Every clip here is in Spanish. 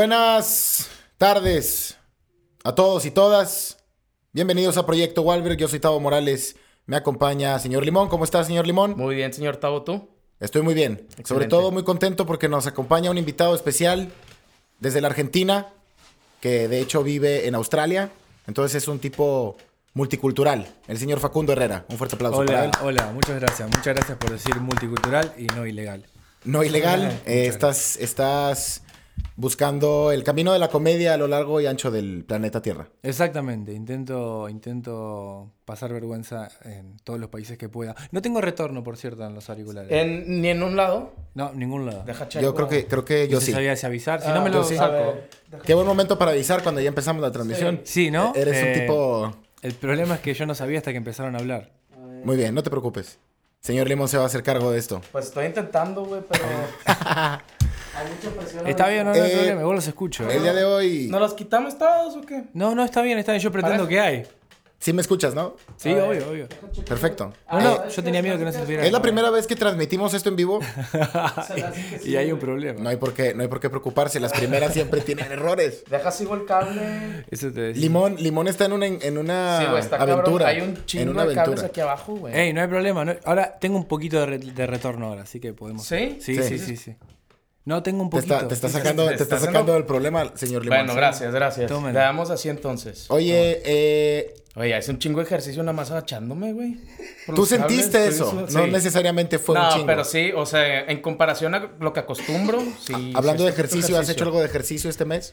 Buenas tardes a todos y todas. Bienvenidos a Proyecto Walberg. Yo soy Tavo Morales. Me acompaña señor Limón. ¿Cómo está, señor Limón? Muy bien, señor Tavo, ¿tú? Estoy muy bien. Sobre todo muy contento porque nos acompaña un invitado especial desde la Argentina, que de hecho vive en Australia. Entonces es un tipo multicultural, el señor Facundo Herrera. Un fuerte aplauso para Hola, él. hola, muchas gracias. Muchas gracias por decir multicultural y no ilegal. No ilegal, Hola, eh, estás, muchas estás buscando el camino de la comedia a lo largo y ancho del planeta Tierra. Exactamente, intento, intento pasar vergüenza en todos los países que pueda. No tengo retorno, por cierto, en los auriculares. Eh, En, ni en un lado. No, ningún lado. Deja checo. Yo creo que, creo que yo No sé sí. si sabía si avisar, si Ah, no me yo lo sí. A saco. ver, deja- Qué buen momento para avisar cuando ya empezamos la transmisión. Sí, ¿no? Eres Eh, un tipo... El problema es que yo no sabía hasta que empezaron a hablar. Muy bien, no te preocupes. Señor Limón se va a hacer cargo de esto. Pues estoy intentando, güey, pero. Hay mucha presión. Está bien, no, no hay Eh, problema, igual los escucho. El día de hoy... ¿No los quitamos todos o qué? No, no, está bien, está bien, yo pretendo Parejo. que hay. Sí me escuchas, ¿no? Sí, obvio, obvio. Perfecto. No, Ah, Eh, no, yo tenía miedo que no se estuviera. es la primera vez que transmitimos esto en vivo. y hay un problema. No hay por qué, no hay por qué preocuparse. Las primeras siempre tienen errores. Deja sigo el cable. Eso te decía. Limón, Limón está en una, en una sí, güey, está Ah, aventura. cabrón. Hay un en chingo una de cables aventura. aquí abajo, güey. Ey, no hay problema. no- Ahora tengo un poquito de, re- de retorno ahora, así que podemos. ¿Sí? Sí, Sí. sí, sí, sí. No, tengo un Te poquito. está, te está sacando, te está estás sacando haciendo- del problema, señor Limón. bueno, gracias, gracias. Tómalo. Le damos así entonces. Oye, eh, Oye, es un chingo de ejercicio nada más agachándome, güey. Por tú los cables, sentiste estoy eso. su- No Sí. necesariamente fue no, un chingo. Ah, pero sí, o sea, en comparación a lo que acostumbro, sí. Hablando sí de está ejercicio, ¿has hecho algo de ejercicio este mes?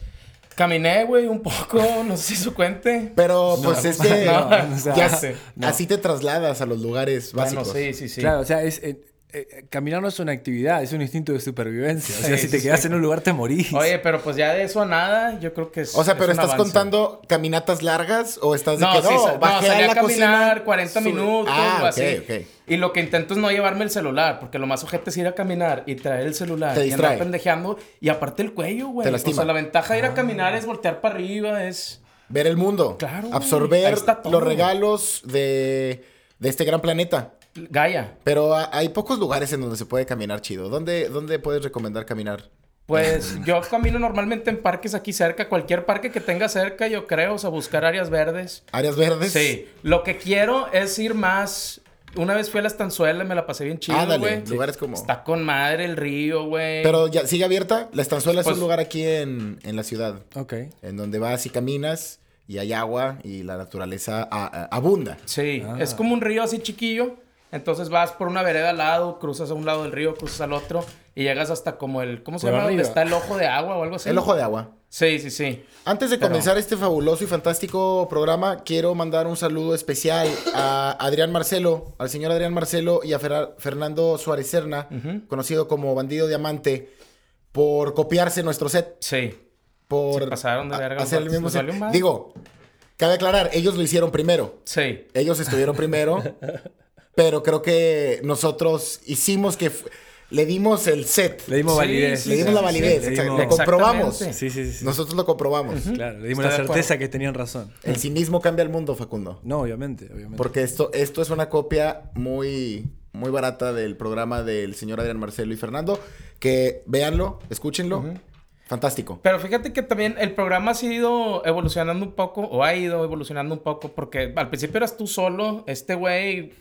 Caminé, güey, un poco, no sé si eso cuente. Pero pues es que no, ya o sea, sé, así te trasladas a los lugares Bueno, básicos. sí, sí, sí. Claro, o sea, es, eh, eh, caminar no es una actividad, es un instinto de supervivencia. O sea, Sí, si te sí, quedas sí. en un lugar te morís. Oye, pero pues ya de eso a nada, yo creo que es. O sea, es pero un ¿estás avance. contando caminatas largas o estás de No, que sí, no, sa- no, bajé salí a a la caminar cocina, 40 subí"? minutos ah, o así. ok, ok. Y lo que intento es no llevarme el celular, porque lo más ojete es ir a caminar y traer el celular Te y andar distrae. pendejeando. Y aparte el cuello, güey. Te o lastima. Ah. sea, la ventaja de ir a caminar es voltear para arriba, es. Ver el mundo. Claro, güey. Ahí Absorber está todo. los regalos de, de este gran planeta. Gaia. Pero ha- hay pocos lugares en donde se puede caminar chido. ¿Dónde, dónde puedes recomendar caminar? Pues yo camino normalmente en parques aquí cerca, cualquier parque que tenga cerca, yo creo, o sea, buscar áreas verdes. ¿Áreas verdes? Sí, lo que quiero es ir más. Una vez fui a la estanzuela, me la pasé bien chido, Ah, dale, güey. lugares como- Está con madre el río, güey. Pero ya sigue abierta. La estanzuela es Pues- un lugar aquí en, en la ciudad, Ok. en donde vas y caminas y hay agua y la naturaleza a- a- abunda. Sí, Ah. es como un río así chiquillo. Entonces vas por una vereda al lado, cruzas a un lado del río, cruzas al otro y llegas hasta como el. ¿Cómo se Por llama? Donde arriba. está el ojo de agua o algo así. El ojo de agua. Sí, sí, sí. Antes de comenzar este fabuloso y fantástico programa, quiero mandar un saludo especial a Adrián Marcelo, al señor Adrián Marcelo y a Ferra- Fernando Suárez Serna, conocido como Bandido Diamante, por copiarse nuestro set, Sí. por Se pasaron de a- verga, hacer el los mismo vatos, les set. valió madre. Digo, cabe aclarar, ellos lo hicieron primero, Sí. ellos estuvieron primero, pero creo que nosotros hicimos que fu- le dimos el set, Le dimos Sí, validez. sí, le dimos la sí, validez, le exacto, dimos- lo comprobamos, Exactamente. Sí, sí, sí. sí. nosotros lo comprobamos. Claro, le dimos la Estoy de certeza que tenían razón. El cinismo cambia el mundo, Facundo. No, obviamente, obviamente. Porque esto, esto es una copia muy, muy barata del programa del señor Adrián Marcelo y Fernando. Que véanlo, escúchenlo. Fantástico. Pero fíjate que también el programa ha sido evolucionando un poco, o ha ido evolucionando un poco, porque al principio eras tú solo, este güey,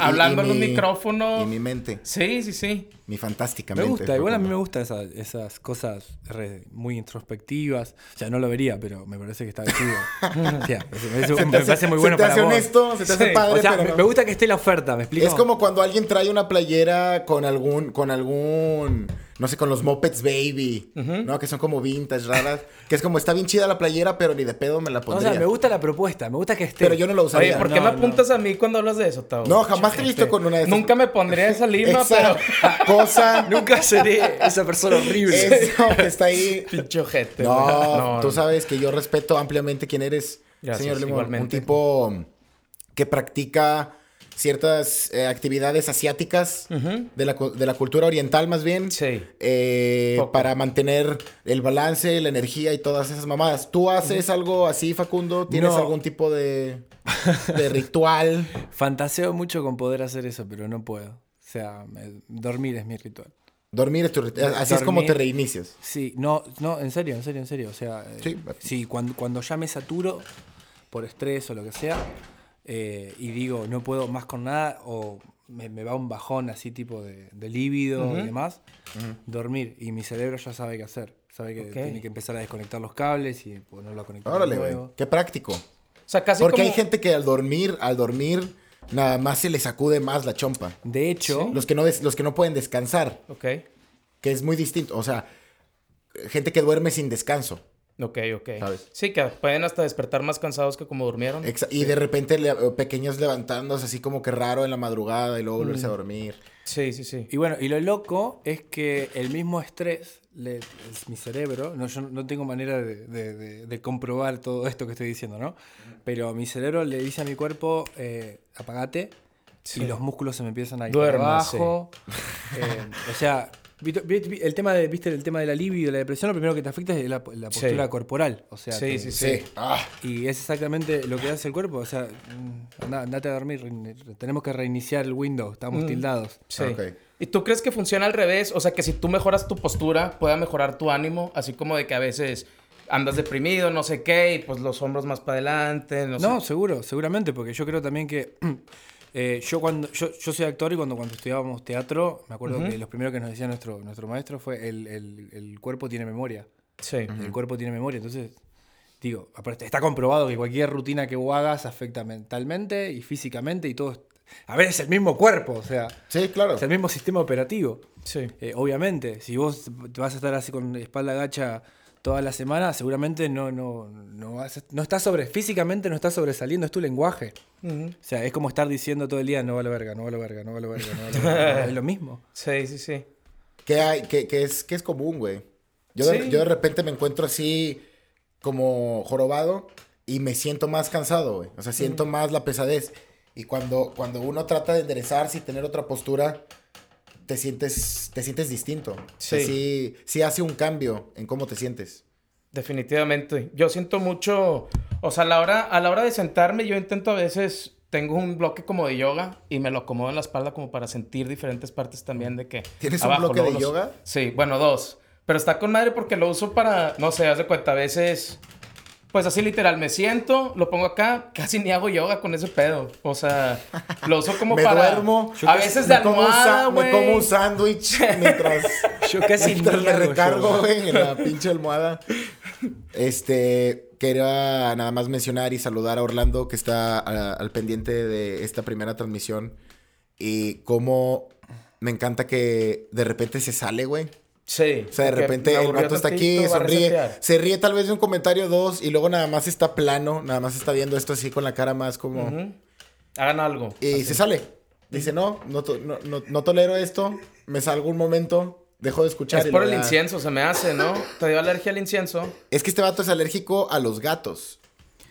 hablando en un mi- micrófono. Y mi mente, Sí, sí, sí. mi fantástica Me mente. gusta, igual a mí me Facundo. gustan esas, esas cosas re- muy introspectivas. O sea, no lo vería, pero me parece que está chido. o sea, me, parece- me parece muy bueno se te para hace vos. honesto, se te hace Sí, padre, O sea, pero me, no. me gusta que esté la oferta, ¿me explico? Es como cuando alguien trae una playera con algún, con algún, no sé, con los Mopeds Baby, ¿no? Que son como vintage, raras. Que es como, está bien chida la playera, pero ni de pedo me la O pondría. sea, me gusta la propuesta, me gusta que esté. Pero yo no la usaría. Oye, ¿por qué no, me no. apuntas a mí cuando hablas de eso, Tavo? No, jamás te he visto con una de esas. Nunca me pondría esa lima, Esa cosa, Nunca seré esa persona horrible. eso que está ahí. pero. Pinche ojete, güey. No, tú sabes que yo respeto ampliamente quién eres, Gracias, señor Limón. Un igualmente. tipo que practica ciertas eh, actividades asiáticas de, la, cu- de la cultura oriental más bien Sí. eh, Poco. para mantener el balance la energía y todas esas mamadas tú haces algo así Facundo tienes No. algún tipo de, de ritual Fantaseo mucho con poder hacer eso, pero no puedo. O sea, me- dormir es mi ritual. Dormir es tu... Así es como te reinicias. Sí, no, no, en serio, en serio, en serio. O sea, eh, Sí. sí, cuando, cuando ya me saturo por estrés o lo que sea, eh, y digo, no puedo más con nada, o me, me va un bajón así tipo de, de líbido y demás, dormir. Y mi cerebro ya sabe qué hacer. Sabe que Ok. tiene que empezar a desconectar los cables y pues, ponerlo a conectar. de Órale, güey. nuevo. Qué práctico. O sea, casi Porque como... hay gente que al dormir, al dormir, nada más se le sacude más la chompa. De hecho, Los que no, des- los que no pueden descansar, Ok, que es muy distinto. O sea, gente que duerme sin descanso. ok, ok. ¿Sabes? Sí, que pueden hasta despertar más cansados que como durmieron. Exa- Y de repente le- pequeños levantándose así como que raro en la madrugada y luego volverse a dormir. Sí, sí, sí. Y bueno, y lo loco es que el mismo estrés, le- es mi cerebro, no, yo no tengo manera de, de- de- de comprobar todo esto que estoy diciendo, ¿no? Pero mi cerebro le dice a mi cuerpo, eh, apagate, Sí. y los músculos se me empiezan a ir Duérmase. para abajo. Eh, o sea, vito- vi- vi- el tema de, viste, el tema de la libido, la depresión, lo primero que te afecta es la, la Sí. postura corporal. O sea, Sí, te- sí, Sí. sí. Ah, y es exactamente lo que hace el cuerpo. O sea, mm, anda- andate a dormir, rein- tenemos que reiniciar el Windows, estamos Mm. tildados. Sí. Ah, Ok. ¿Y tú crees que funciona al revés? O sea, que si tú mejoras tu postura, pueda mejorar tu ánimo, así como de que a veces andas deprimido, no sé qué, y pues los hombros más para adelante, no, No, sé. seguro, seguramente, porque yo creo también que eh, yo cuando yo, yo soy actor y cuando, cuando estudiábamos teatro, me acuerdo que lo primero que nos decía nuestro, nuestro maestro fue el, el- el cuerpo tiene memoria. Sí. El cuerpo tiene memoria, entonces digo, aparte está comprobado que cualquier rutina que vos hagas afecta mentalmente y físicamente y todo. es- A ver, es el mismo cuerpo, o sea, sí, claro. es el mismo sistema operativo. Sí. Eh, obviamente, si vos te vas a estar así con la espalda gacha toda la semana, seguramente no, no, no vas a- no estás sobre, físicamente no estás sobresaliendo, es tu lenguaje. Ujú. O sea, es como estar diciendo todo el día, no vale verga, no vale verga, no vale verga, no vale verga. es lo mismo. Sí, sí, sí. Que, hay, que, que es, que es común, güey. Yo, de- Sí. yo de repente me encuentro así como jorobado y me siento más cansado, güey. O sea, siento más la pesadez. Y cuando, cuando uno trata de enderezarse y tener otra postura, te sientes, te sientes distinto. Sí. Sí. sí, sí hace un cambio en cómo te sientes. Definitivamente. Yo siento mucho, o sea, a la hora, a la hora de sentarme, yo intento a veces, tengo un bloque como de yoga y me lo acomodo en la espalda como para sentir diferentes partes también de que... ¿Tienes un bloque luego de yoga? Sí, bueno, dos. Pero está con madre porque lo uso para, no sé, haz de cuenta, a veces, pues así literal, me siento, lo pongo acá, casi ni hago yoga con ese pedo. O sea, lo uso como me para... duermo. A veces de me como un almohada, sa- Me como güey. un sándwich mientras, Yo casi mientras ni me hago recargo, yoga. güey, en la pinche almohada. Este, quería nada más mencionar y saludar a Orlando que está a- al pendiente de esta primera transmisión. Y cómo me encanta que de repente se sale, güey. Sí. O sea, de porque me repente el aburrió rato está tantito, aquí, va a sonríe. resetear. Se ríe tal vez de un comentario o dos y luego nada más está plano, nada más está viendo esto así con la cara más como... Ujú. Hagan algo. Y se sale. Dice, no no, to- no, no, no tolero esto, me salgo un momento, dejo de escuchar. Es y por lo el da. incienso, se me hace, ¿no? Te dio alergia al incienso. Es que este vato es alérgico a los gatos.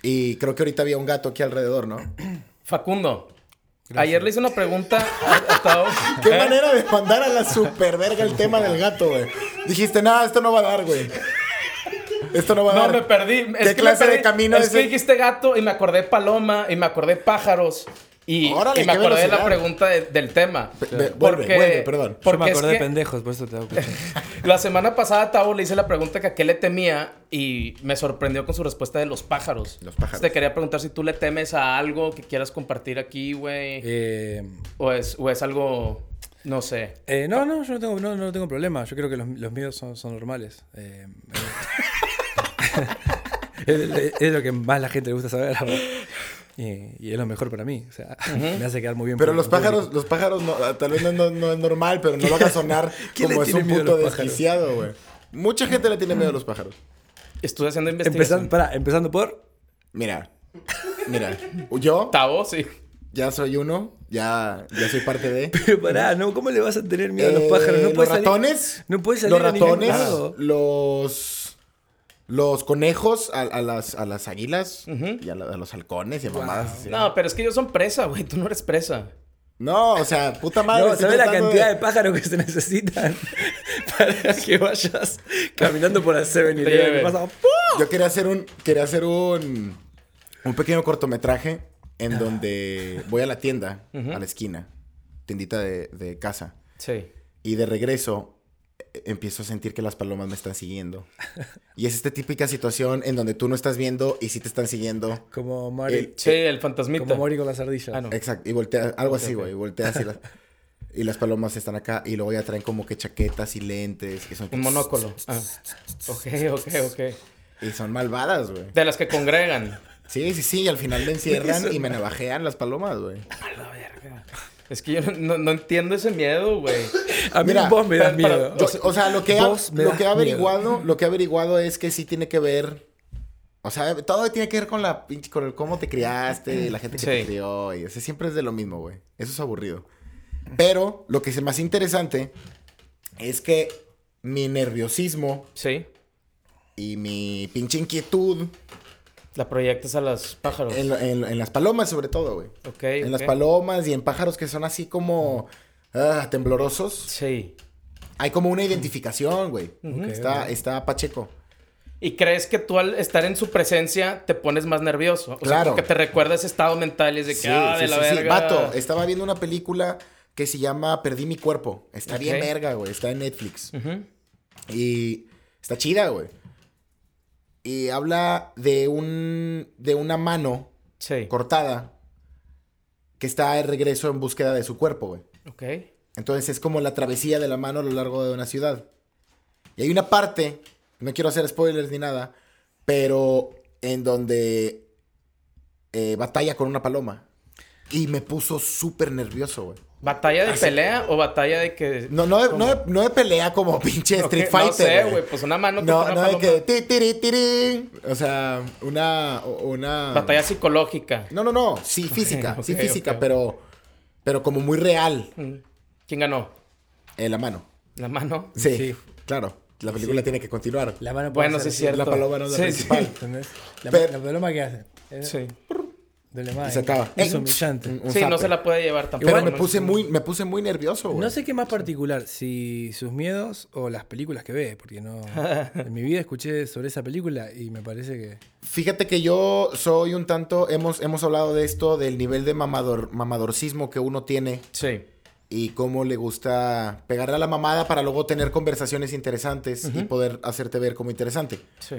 Y creo que ahorita había un gato aquí alrededor, ¿no? Facundo. Ayer le hice una pregunta a, a Tao. Qué ¿Eh? manera de mandar a la superverga el tema del gato, güey. Dijiste, nada, esto no va a dar, güey. Esto no va a No, dar. me perdí. Es ¿Qué que me clase de perdí. camino es es que el- dijiste gato y me acordé paloma y me acordé pájaros. Y, Órale, y me qué acordé de la velocidad. pregunta de- del tema. Ve- ve- vuelve, vuelve, perdón. Yo me Porque es acordé de que pendejos, por eso te hago escuchar. la semana pasada a Tavo le hice la pregunta que a qué le temía y me sorprendió con su respuesta de los pájaros. Los pájaros. Te quería preguntar si tú le temes a algo que quieras compartir aquí, güey. Eh, O, es, o es algo, no sé. eh, no, no, yo no tengo, no, no tengo problema. Yo creo que los, los míos son, son normales. Eh, eh, es, es lo que más la gente le gusta saber. la verdad. Y, y es lo mejor para mí. O sea, me hace quedar muy bien. Pero por- los por público. pájaros, los pájaros no, ah, tal vez no, no- no es normal, pero no lo haga sonar ¿Quién le como es tiene un miedo a puto los pájaros? desquiciado, güey. Mucha gente le tiene miedo a los pájaros. Estuve haciendo investigación. Empezando, pará, empezando por. Mira, mira, yo Tavo, sí. ya soy uno, ya, ya soy parte de. Pero pará, no, ¿cómo le vas a tener miedo a los Eh, pájaros? No los puedes salir- ratones, no puedes salir los a ningún ratones, lado. los los conejos, a, a las, a las águilas y a, la- a los halcones y a mamadas. así. No, pero es que ellos son presa, güey. Tú no eres presa. No, o sea, puta madre. No, estoy ¿sabes la tratando cantidad de... pájaros que se necesitan para que vayas caminando por el 7 Te lleve. Eleven? Pasa, ¡pum! Yo quería hacer un quería hacer un un pequeño cortometraje Ah. en donde voy a la tienda, a la esquina, tiendita de, de casa Sí. y de regreso e, empiezo a sentir que las palomas me están siguiendo. Y es esta típica situación en donde tú no estás viendo y sí te están siguiendo. Como Mori, El- Sí, el fantasmita. como Mori con las ardillas. Ah, no. Exacto, y voltea, algo así, güey, volteas y las, y las palomas están acá y luego ya traen como que chaquetas y lentes que son Un monóculo. Ah. Ok, ok, ok. y son malvadas, güey. De las que congregan. Sí, sí, sí, y al final me encierran y me navajean las palomas, güey. Es que yo no, no- no entiendo ese miedo, güey. A mí Mira, vos me das para- para- miedo. Yo- O sea, o sea, lo que, ha- vos me lo das que he miedo. averiguado, lo que he averiguado es que sí tiene que ver. O sea, todo tiene que ver con la pinche- con el cómo te criaste, la gente que te Sí. crió, y ese siempre es de lo mismo, güey. Eso es aburrido. Pero lo que es más interesante es que mi nerviosismo Sí. y mi pinche inquietud La proyectas a los pájaros. en, lo- en lo- en las palomas, sobre todo, güey. Ok, en las ok. palomas y en pájaros que son así como ah, temblorosos. Sí. Hay como una identificación, güey. Ujú. está, Ok, está Pacheco. Y crees que tú al estar en su presencia te pones más nervioso. O sea, Claro. porque te recuerda ese estado mental y es de que, Sí, ah, sí, de sí, la sí. verga. Vato, estaba viendo una película que se llama Perdí mi cuerpo. Está bien Ok. verga, güey. Está en Netflix. Ujú. Y está chida, güey. Y habla de un de una mano Sí. cortada que está de regreso en búsqueda de su cuerpo, güey. Ok. Entonces es como la travesía de la mano a lo largo de una ciudad. Y hay una parte, no quiero hacer spoilers ni nada, pero en donde eh, batalla con una paloma. Y me puso súper nervioso, güey. ¿Batalla de pelea o batalla de que.? No, no, de, no, de, no de pelea como pinche Ok, Street Fighter. No sé, güey. Pues una mano. No, contra no una de paloma. que. ti, tiri, tiri. O sea, una. o- una... Batalla psicológica. No, no, no. Sí, física. sí, ok, física, ok. pero. Pero como muy real Mm. ¿Quién ganó? en la mano. ¿La mano? Sí, Sí. claro. La película tiene que continuar. La mano puede Bueno, hacer sí, es así, cierto. La paloma no es la Sí, principal. ¿entendés? La, Pero- la paloma que hace. Eh, Sí. Sí, duele más, Y se eh. acaba. Es humillante. Un Sí, no zape. se la puede llevar tampoco. Pero me ¿no? puse muy, me puse muy nervioso, güey. No sé qué más particular, si sus miedos o las películas que ve, porque no. En mi vida escuché sobre esa película y me parece que. Fíjate que yo soy un tanto. Hemos, hemos hablado de esto, del nivel de mamador, mamadorcismo que uno tiene Sí. y cómo le gusta pegarle a la mamada para luego tener conversaciones interesantes y poder hacerte ver como interesante. Sí.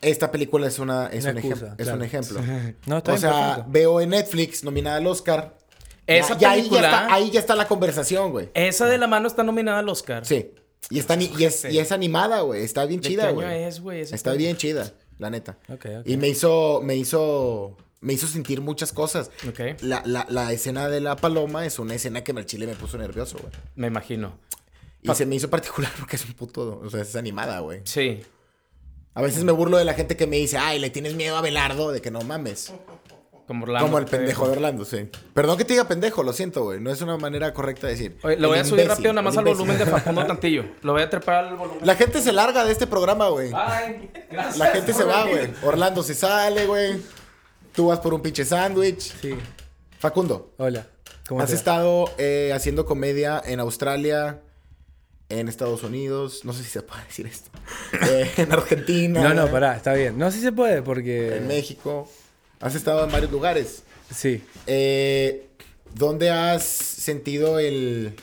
Esta película es, una, es, Una un, excusa, ejem- es claro. un ejemplo. No, está o bien, sea, perfecto. veo en Netflix nominada al Oscar. Esa Ya- ya ahí película. ya está- ahí ya está la conversación, güey. Esa de la mano está nominada al Oscar. Sí. Y, está ni- y, es, y es animada, güey. Está bien ¿De chida, qué año güey. es, güey? Esa Está bien chida, la neta. Ok, ok. Y me hizo, me hizo, me hizo sentir muchas cosas. Ok. La, la- la escena de la paloma es una escena que en el chile me puso nervioso, güey. Me imagino. Ah. Y se me hizo particular porque es un puto, o sea, es animada, güey. Sí. A veces me burlo de la gente que me dice, ay, le tienes miedo a Belardo, de que no mames. Como Orlando. Como el Te- pendejo de Orlando, sí. Perdón que te diga pendejo, lo siento, güey. No es una manera correcta de decir. Oye, lo voy El a subir imbécil, rápido nada más el al volumen de imbécil. Facundo Tantillo. Lo voy a trepar al volumen. La gente se larga de este programa, güey. Ah, Ay, gracias. La gente se por va, venir. güey. Orlando se sale, güey. Tú vas por un pinche sándwich. Sí. Facundo, Hola. ¿Cómo has te va? estado eh, haciendo comedia en Australia, en Estados Unidos, no sé si se puede decir esto, eh, en Argentina, No, no, pará, está bien. No, sí se puede porque. ¿eh? en México. Has estado en varios lugares. Sí. Eh, ¿Dónde has sentido el,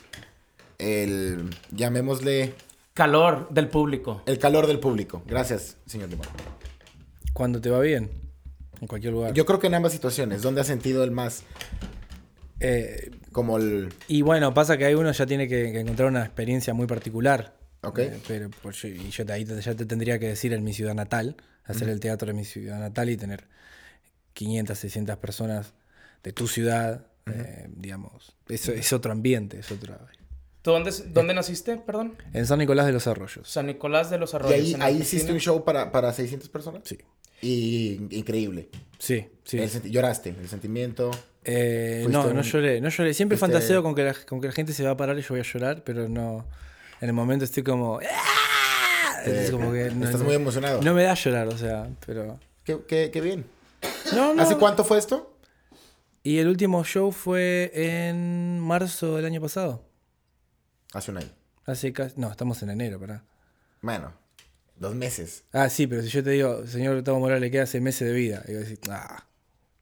el, llamémosle, Calor del público. el calor del público? Gracias, señor Limón. Cuando te va bien. En cualquier lugar. Yo creo que en ambas situaciones, ¿dónde has sentido el más, Eh, como el, y bueno, pasa que hay uno ya tiene que, que encontrar una experiencia muy particular. Ok. Eh, pero pues, yo- y yo te- ahí te- ya te tendría que decir en mi ciudad natal, hacer el teatro de mi ciudad natal y tener 500, 600 personas de tu ciudad, eh, digamos. Eso es otro ambiente, es otro. ¿Tú dónde, dónde naciste? Perdón. En San Nicolás de los Arroyos. San Nicolás de los Y Arroyos. ahí, en ahí Argentina. hiciste un show para, para 600 personas. Sí. Y increíble. Sí, sí. El senti- lloraste, el sentimiento. Eh, Fuiste no, un- no lloré, no lloré. Siempre fuiste- fantaseo con que, la, con que la gente se va a parar y yo voy a llorar, pero no. En el momento estoy como. "¡Ah!". Eh, Es como que no, estás no- muy emocionado. no me da llorar, o sea, pero. Qué, qué- qué bien. No, no. ¿Hace cuánto fue esto? Y el último show fue en marzo del año pasado. Hace un año. Hace casi. No, estamos en enero, pará. Bueno, dos meses. Ah, sí, pero si yo te digo, señor Gustavo Morales, le queda seis meses de vida. Y voy a decir, ah,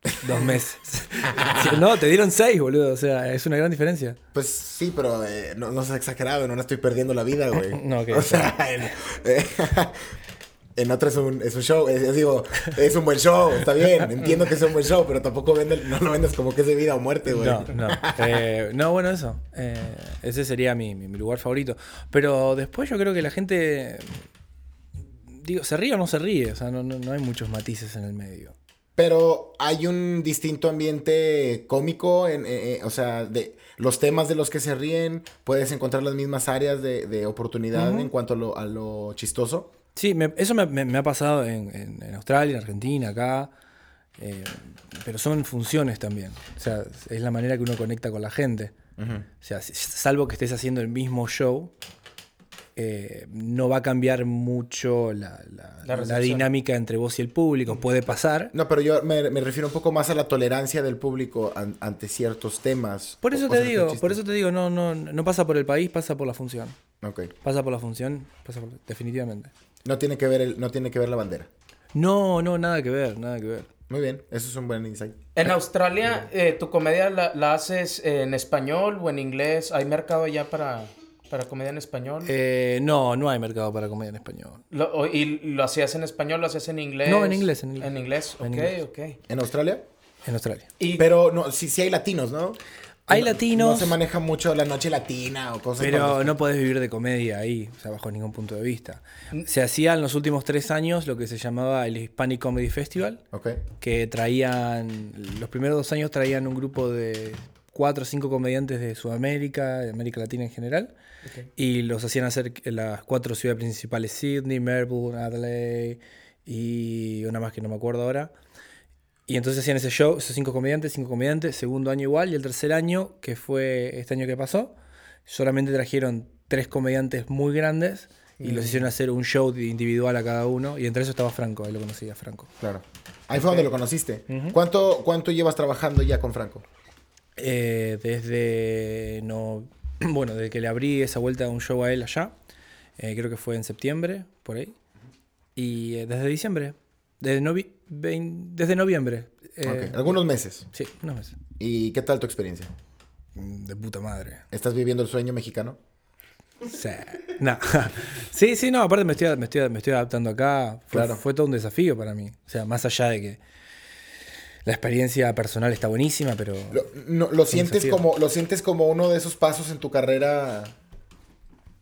Dos meses. Sí, no, te dieron seis, boludo. O sea, es una gran diferencia. Pues sí, pero eh, no, no seas exagerado, no, no estoy perdiendo la vida, güey. No, ok, O sea, en, eh, en otro es un, es un show, es, es digo, es un buen show, está bien, entiendo que es un buen show, pero tampoco vende, no lo vendes como que es de vida o muerte, güey. No, no. Eh, no, bueno, eso. Eh, ese sería mi, mi- mi lugar favorito. Pero después yo creo que la gente. Digo, ¿se ríe o no se ríe? O sea, no, no, no hay muchos matices en el medio. Pero hay un distinto ambiente cómico, en, eh, eh, o sea, de los temas de los que se ríen, puedes encontrar las mismas áreas de, de oportunidad en cuanto a lo, a lo chistoso. Sí, me- eso me, me- me ha pasado en, en- en Australia, en Argentina, acá. Eh, pero son funciones también. O sea, es la manera que uno conecta con la gente. O sea, s- salvo que estés haciendo el mismo show, eh, no va a cambiar mucho la, la- la recepción. dinámica entre vos y el público. Puede pasar. No, pero yo me, me refiero un poco más a la tolerancia del público an- ante ciertos temas. Por o eso te cosas que digo, existen. por eso te digo, no, no, no pasa por el país, pasa por la función. Ok. Pasa por la función, pasa por- definitivamente. No tiene que ver el, no tiene que ver la bandera. No, no, nada que ver, nada que ver. Muy bien, eso es un buen insight. En Australia, eh, ¿tu comedia la, la haces en español o en inglés? ¿Hay mercado allá para, para comedia en español? Eh, no, no hay mercado para comedia en español. Lo- o- ¿Y lo hacías en español? ¿Lo hacías en inglés? No, en inglés, en inglés. En inglés, ok, En inglés. ok. ¿En Australia? En Australia. Y, Pero no, sí, sí hay latinos, ¿no? Hay No- latinos. No se maneja mucho la noche latina o cosas Pero por- no podés vivir de comedia ahí, o sea, bajo ningún punto de vista. Mm. Se hacía en los últimos tres años lo que se llamaba el Hispanic Comedy Festival, Ok. que traían, los primeros dos años traían un grupo de cuatro o cinco comediantes de Sudamérica, de América Latina en general, y los hacían hacer en las cuatro ciudades principales, Sydney, Melbourne, Adelaide y una más que no me acuerdo ahora. Y entonces hacían ese show, esos cinco comediantes, cinco comediantes, segundo año igual, y el tercer año, que fue este año que pasó, solamente trajeron tres comediantes muy grandes y los hicieron hacer un show de- individual a cada uno, y entre eso estaba Franco, ahí lo conocía Franco. Claro. Ahí fue donde lo conociste. ¿Cuánto, ¿Cuánto llevas trabajando ya con Franco? Eh, desde no bueno desde que le abrí esa vuelta de un show a él allá eh, creo que fue en septiembre por ahí y eh, desde diciembre desde, novi- vein- desde noviembre eh, Ok, Algunos meses. sí unos meses ¿Y qué tal tu experiencia? Mm, de puta madre ¿Estás viviendo el sueño mexicano? sí no. sí sí, no aparte me estoy, me estoy- me estoy adaptando acá fue, Claro. fue todo un desafío para mí o sea más allá de que la experiencia personal está buenísima pero Lo, no, lo sientes desafío. como, lo sientes como uno de esos pasos en tu carrera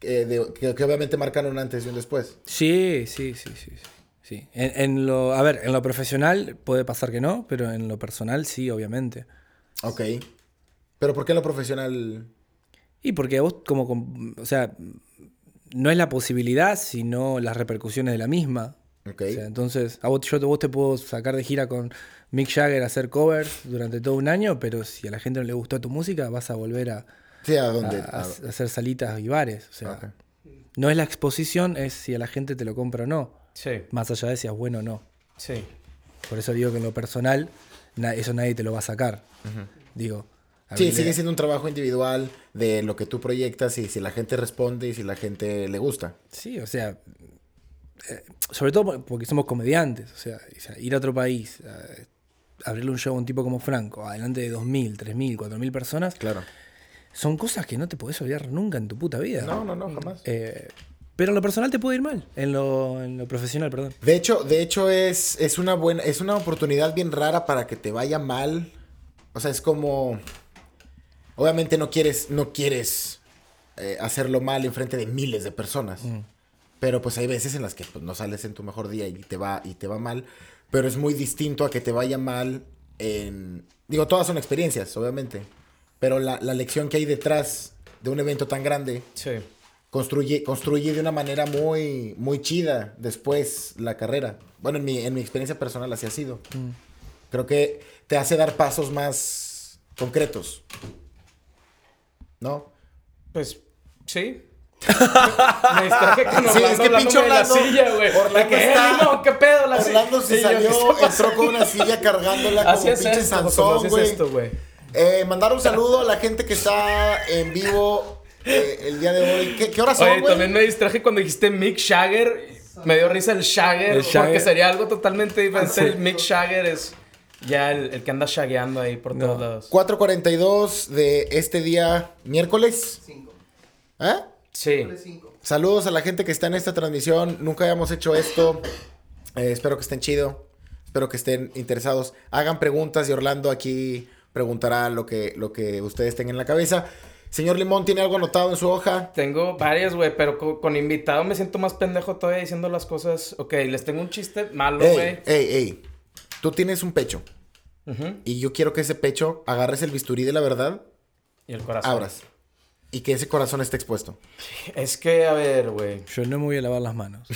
eh, de- que, que obviamente marcan un antes y un después. Sí, sí, sí, sí. sí. Sí. En, en lo, a ver, en lo profesional puede pasar que no, pero en lo personal sí, obviamente. Ok. Pero ¿por qué lo profesional? Y porque vos como, com- o sea, no es la posibilidad, sino las repercusiones de la misma. Ok. O sea, entonces, a vos, yo te, vos te puedo sacar de gira con Mick Jagger a hacer covers durante todo un año, pero si a la gente no le gustó tu música, vas a volver a, Ah, Sí, ah, ¿a a- dónde? a A- hacer salitas y bares. O sea, Ok. no es la exposición, es si a la gente te lo compra o no, sí, más allá de si es bueno o no. sí. Por eso digo que en lo personal, na- eso nadie te lo va a sacar. Digo. a Sí, mí le- sigue siendo un trabajo individual de lo que tú proyectas y si la gente responde y si la gente le gusta. Sí, o sea. eh, sobre todo por- porque somos comediantes. O sea, o sea, ir a otro país, eh, abrirle un show a un tipo como Franco, adelante de 2.000, 3.000, 4.000 personas, Claro. son cosas que no te podés olvidar nunca en tu puta vida. No, no, no, jamás. Eh, pero en lo personal te puede ir mal. En lo, en lo profesional, perdón. De hecho, de hecho es, es una buena, es una oportunidad bien rara para que te vaya mal. O sea, es como, obviamente no quieres, no quieres eh, hacerlo mal en frente de miles de personas. Pero pues hay veces en las que pues, no sales en tu mejor día y te va y te va mal. Pero es muy distinto a que te vaya mal en, digo, todas son experiencias, obviamente. Pero la, la lección que hay detrás de un evento tan grande Sí. construye, construye de una manera muy, muy chida después la carrera. Bueno, en mi, en mi experiencia personal así ha sido. Mm. Creo que te hace dar pasos más concretos. ¿No? Pues, sí. Me distraje con Orlando Sí, es que pinche hablándome de la Orlando- silla, güey. Orlando De que, eh, está- no, qué pedo la silla. Orlando se Sí, yo, ¿qué está salió, pasando? entró con una silla cargándola como Así es pinche esto, Joto, así Sansón, es güey. esto, güey. Eh, mandar un saludo a la gente que está en vivo eh, el día de hoy. ¿Qué, qué horas son, Oye, güey? también me distraje cuando dijiste Mick Jagger. Me dio risa el Jagger, El Jagger. porque sería algo totalmente diferente. El Mick Jagger es Ya el, el que anda shagueando ahí por No. todos lados. 4.42 de este día miércoles. 5. ¿Ah? Sí. 5. Saludos a la gente que está en esta transmisión. Nunca habíamos hecho esto. Eh, espero que estén chido. Espero que estén interesados. Hagan preguntas y Orlando aquí preguntará lo que, lo que ustedes tengan en la cabeza. Señor Limón, ¿tiene algo anotado en su hoja? Tengo varias, güey, pero co- con, invitado me siento más pendejo todavía diciendo las cosas. Ok, les tengo un chiste malo, Ey, güey. ey, ey. Tú tienes un pecho. Ujú. Y yo quiero que ese pecho agarres el bisturí de la verdad, Y el corazón. abras. Y que ese corazón esté expuesto. Es que, a ver, güey. Yo no me voy a lavar las manos.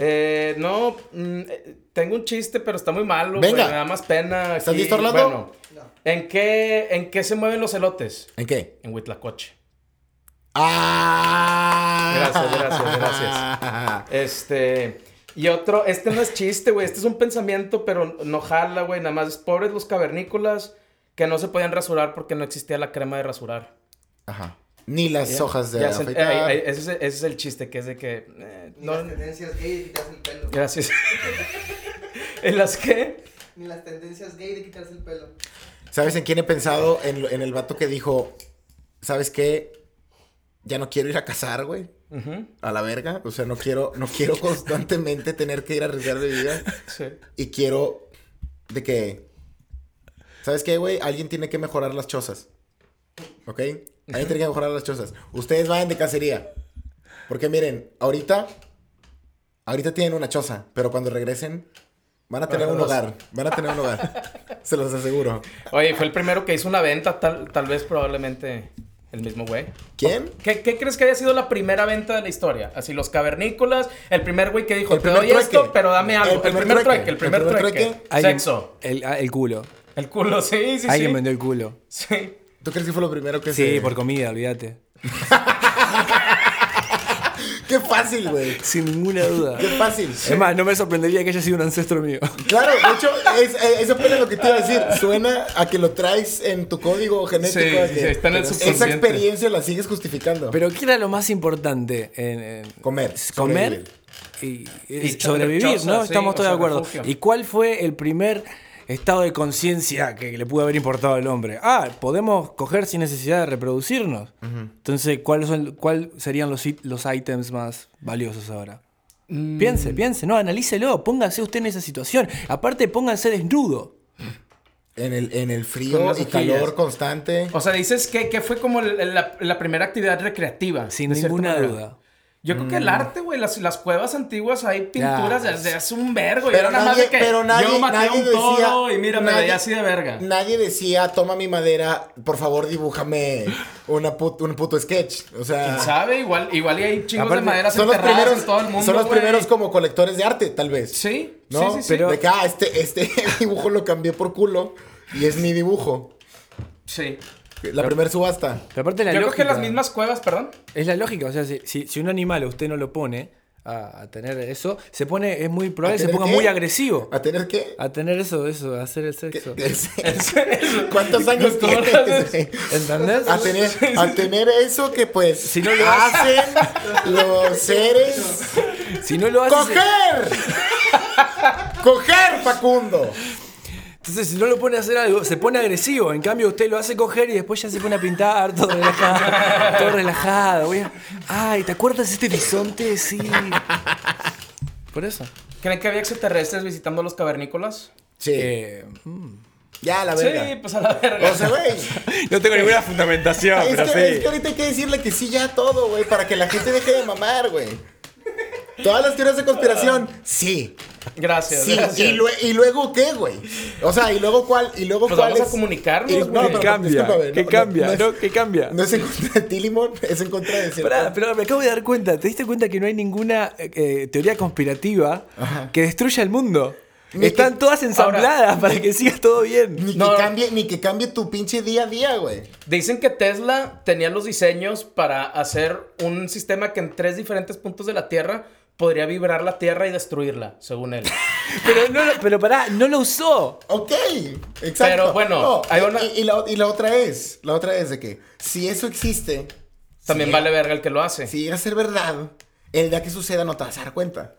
Eh, no, mm, eh, tengo un chiste, pero está muy malo, güey. Venga. Me da más pena. ¿Estás aquí. listo, Orlando? Bueno, ¿en qué, ¿en qué se mueven los elotes? ¿En qué? En Huitlacoche. ¡Ah! Gracias, gracias, gracias. Este. Y otro, este no es chiste, güey. Este es un pensamiento, pero no jala, güey. Nada más es pobres los cavernícolas que no se podían rasurar porque no existía la crema de rasurar. Ajá. Ni las hojas de Ya se- afeitar. eh, eh, ese, es, ese es el chiste, que es de que. eh, Ni no- las tendencias gay de quitarse el pelo. gracias. ¿En las que? Ni las tendencias gay de quitarse el pelo. ¿Sabes en quién he pensado? En, lo- en el vato que dijo, ¿sabes qué? Ya no quiero ir a cazar, güey. A la verga. O sea, no quiero, no quiero constantemente tener que ir a arriesgar mi vida. Sí. Y quiero de que... ¿Sabes qué, güey? Alguien tiene que mejorar las chozas. ¿Ok? Alguien tiene que mejorar las chozas. Ustedes vayan de cacería. Porque miren, ahorita... Ahorita tienen una choza, pero cuando regresen van a tener un hogar. Van a tener un hogar. Se los aseguro. Oye, fue el primero que hizo una venta, tal, tal vez probablemente el mismo güey. ¿Quién? ¿Qué, qué crees que haya sido la primera venta de la historia? Así, los cavernícolas, el primer güey que dijo, El te primer doy trueque. esto, pero dame algo. El primer, trueque, el primer trueque. Alguien- Sexo. El, ah, el culo. El culo, sí, sí, sí. Alguien vendió el culo. Sí. ¿Tú crees que fue lo primero que se... Sí, por comida, olvídate. ¡Qué fácil, güey! Sin ninguna duda. ¡Qué fácil! Es más, no me sorprendería que haya sido un ancestro mío. Claro, de hecho, es, eh, eso fue lo que te iba a decir. Suena a que lo traes en tu código genético. Sí, a que sí, está en el Esa subconsciente. experiencia la sigues justificando. Pero ¿qué era lo más importante? En, en- Comer, Comer y, eh, sobrevivir, ¿no? choza, sí, Estamos o todos sea, de acuerdo. refugio. ¿Y cuál fue el primer estado de conciencia que le pudo haber importado al hombre? Ah, podemos coger sin necesidad de reproducirnos. Entonces, ¿cuál, son, cuál serían los, it- los ítems más valiosos ahora? Piense, piense, no, analícelo, póngase usted en esa situación. Aparte, pónganse desnudo. en el, en el Con frío las y hojillas. calor constante. O sea, dices que, que fue como el- el- la, la primera actividad recreativa. Sin de cierta ninguna manera. duda. Yo creo que Mm. el arte, güey, las, las cuevas antiguas hay pinturas Ya. desde hace un vergo. y Pero era nada más nadie- de que pero nadie- yo maté a nadie un toro decía- y mira, me nadie- veía así de verga. Nadie decía, toma mi madera, por favor dibújame una put- un puto sketch. O ¿Quién sea, sabe? Igual, igual y hay chingos Aparte, de maderas son los enterradas primeros, en todo el mundo, son los güey. primeros como colectores de arte, tal vez. Sí, ¿No? sí, sí, sí. Pero... De que, ah, este, este dibujo lo cambié por culo y es mi dibujo. Sí. La primer subasta. Pero aparte la Yo creo que lógica- las mismas cuevas, perdón. Es la lógica, o sea, si, si, si un animal usted no lo pone a, a tener eso, se pone, es muy probable que se tener ponga qué? muy agresivo. ¿A tener qué? A tener eso, eso, a hacer el sexo. ¿Cuántos años Doctor, tienes? güey? ¿Entendés? A tener, a tener eso que pues Si no lo hacen los seres. Si no lo haces. ¡Coger! ¡Coger, Facundo! Entonces, si no lo pone a hacer algo, se pone agresivo. En cambio, usted lo hace coger y después ya se pone a pintar, todo relajado. todo relajado. voy a- Ay, ¿te acuerdas de este bisonte? Sí. Por eso. ¿Creen que había extraterrestres visitando los cavernícolas? Sí, Eh, mm. ya la verga. Sí, pues a la verga. O sea, güey. no tengo ninguna fundamentación, Es pero sí. que, es que ahorita hay que decirle que sí ya a todo, güey, para que la gente deje de mamar, güey. Todas las teorías de conspiración, sí. gracias, Sí, gracias. y, lue- y luego qué, güey. O sea, y luego cuál, y luego Pues cuál vamos a es- comunicarnos, y- güey. no, pero- ¿Qué cambia? discúlpame, ¿Qué no, no, cambia? no es- ¿No? ¿Qué cambia? No es en contra de ti, Limón, es en contra de cierto. Pará, pero me acabo de dar cuenta, ¿te diste cuenta que no hay ninguna eh, eh, teoría conspirativa que destruya el mundo? Ni Están que- todas ensambladas para que siga todo bien. Ni que No. cambie, ni que cambie tu pinche día a día, güey. Dicen que Tesla tenía los diseños para hacer un sistema que en tres diferentes puntos de la Tierra podría vibrar la Tierra y destruirla, según él. Pero, no, lo- pero pará, no lo usó. Ok, exacto. Pero bueno, No, hay y- una- y, y la, y la otra es, la otra es de que si eso existe, También Sí. vale verga el que lo hace. si llega a ser verdad, el día que suceda no te vas a dar cuenta.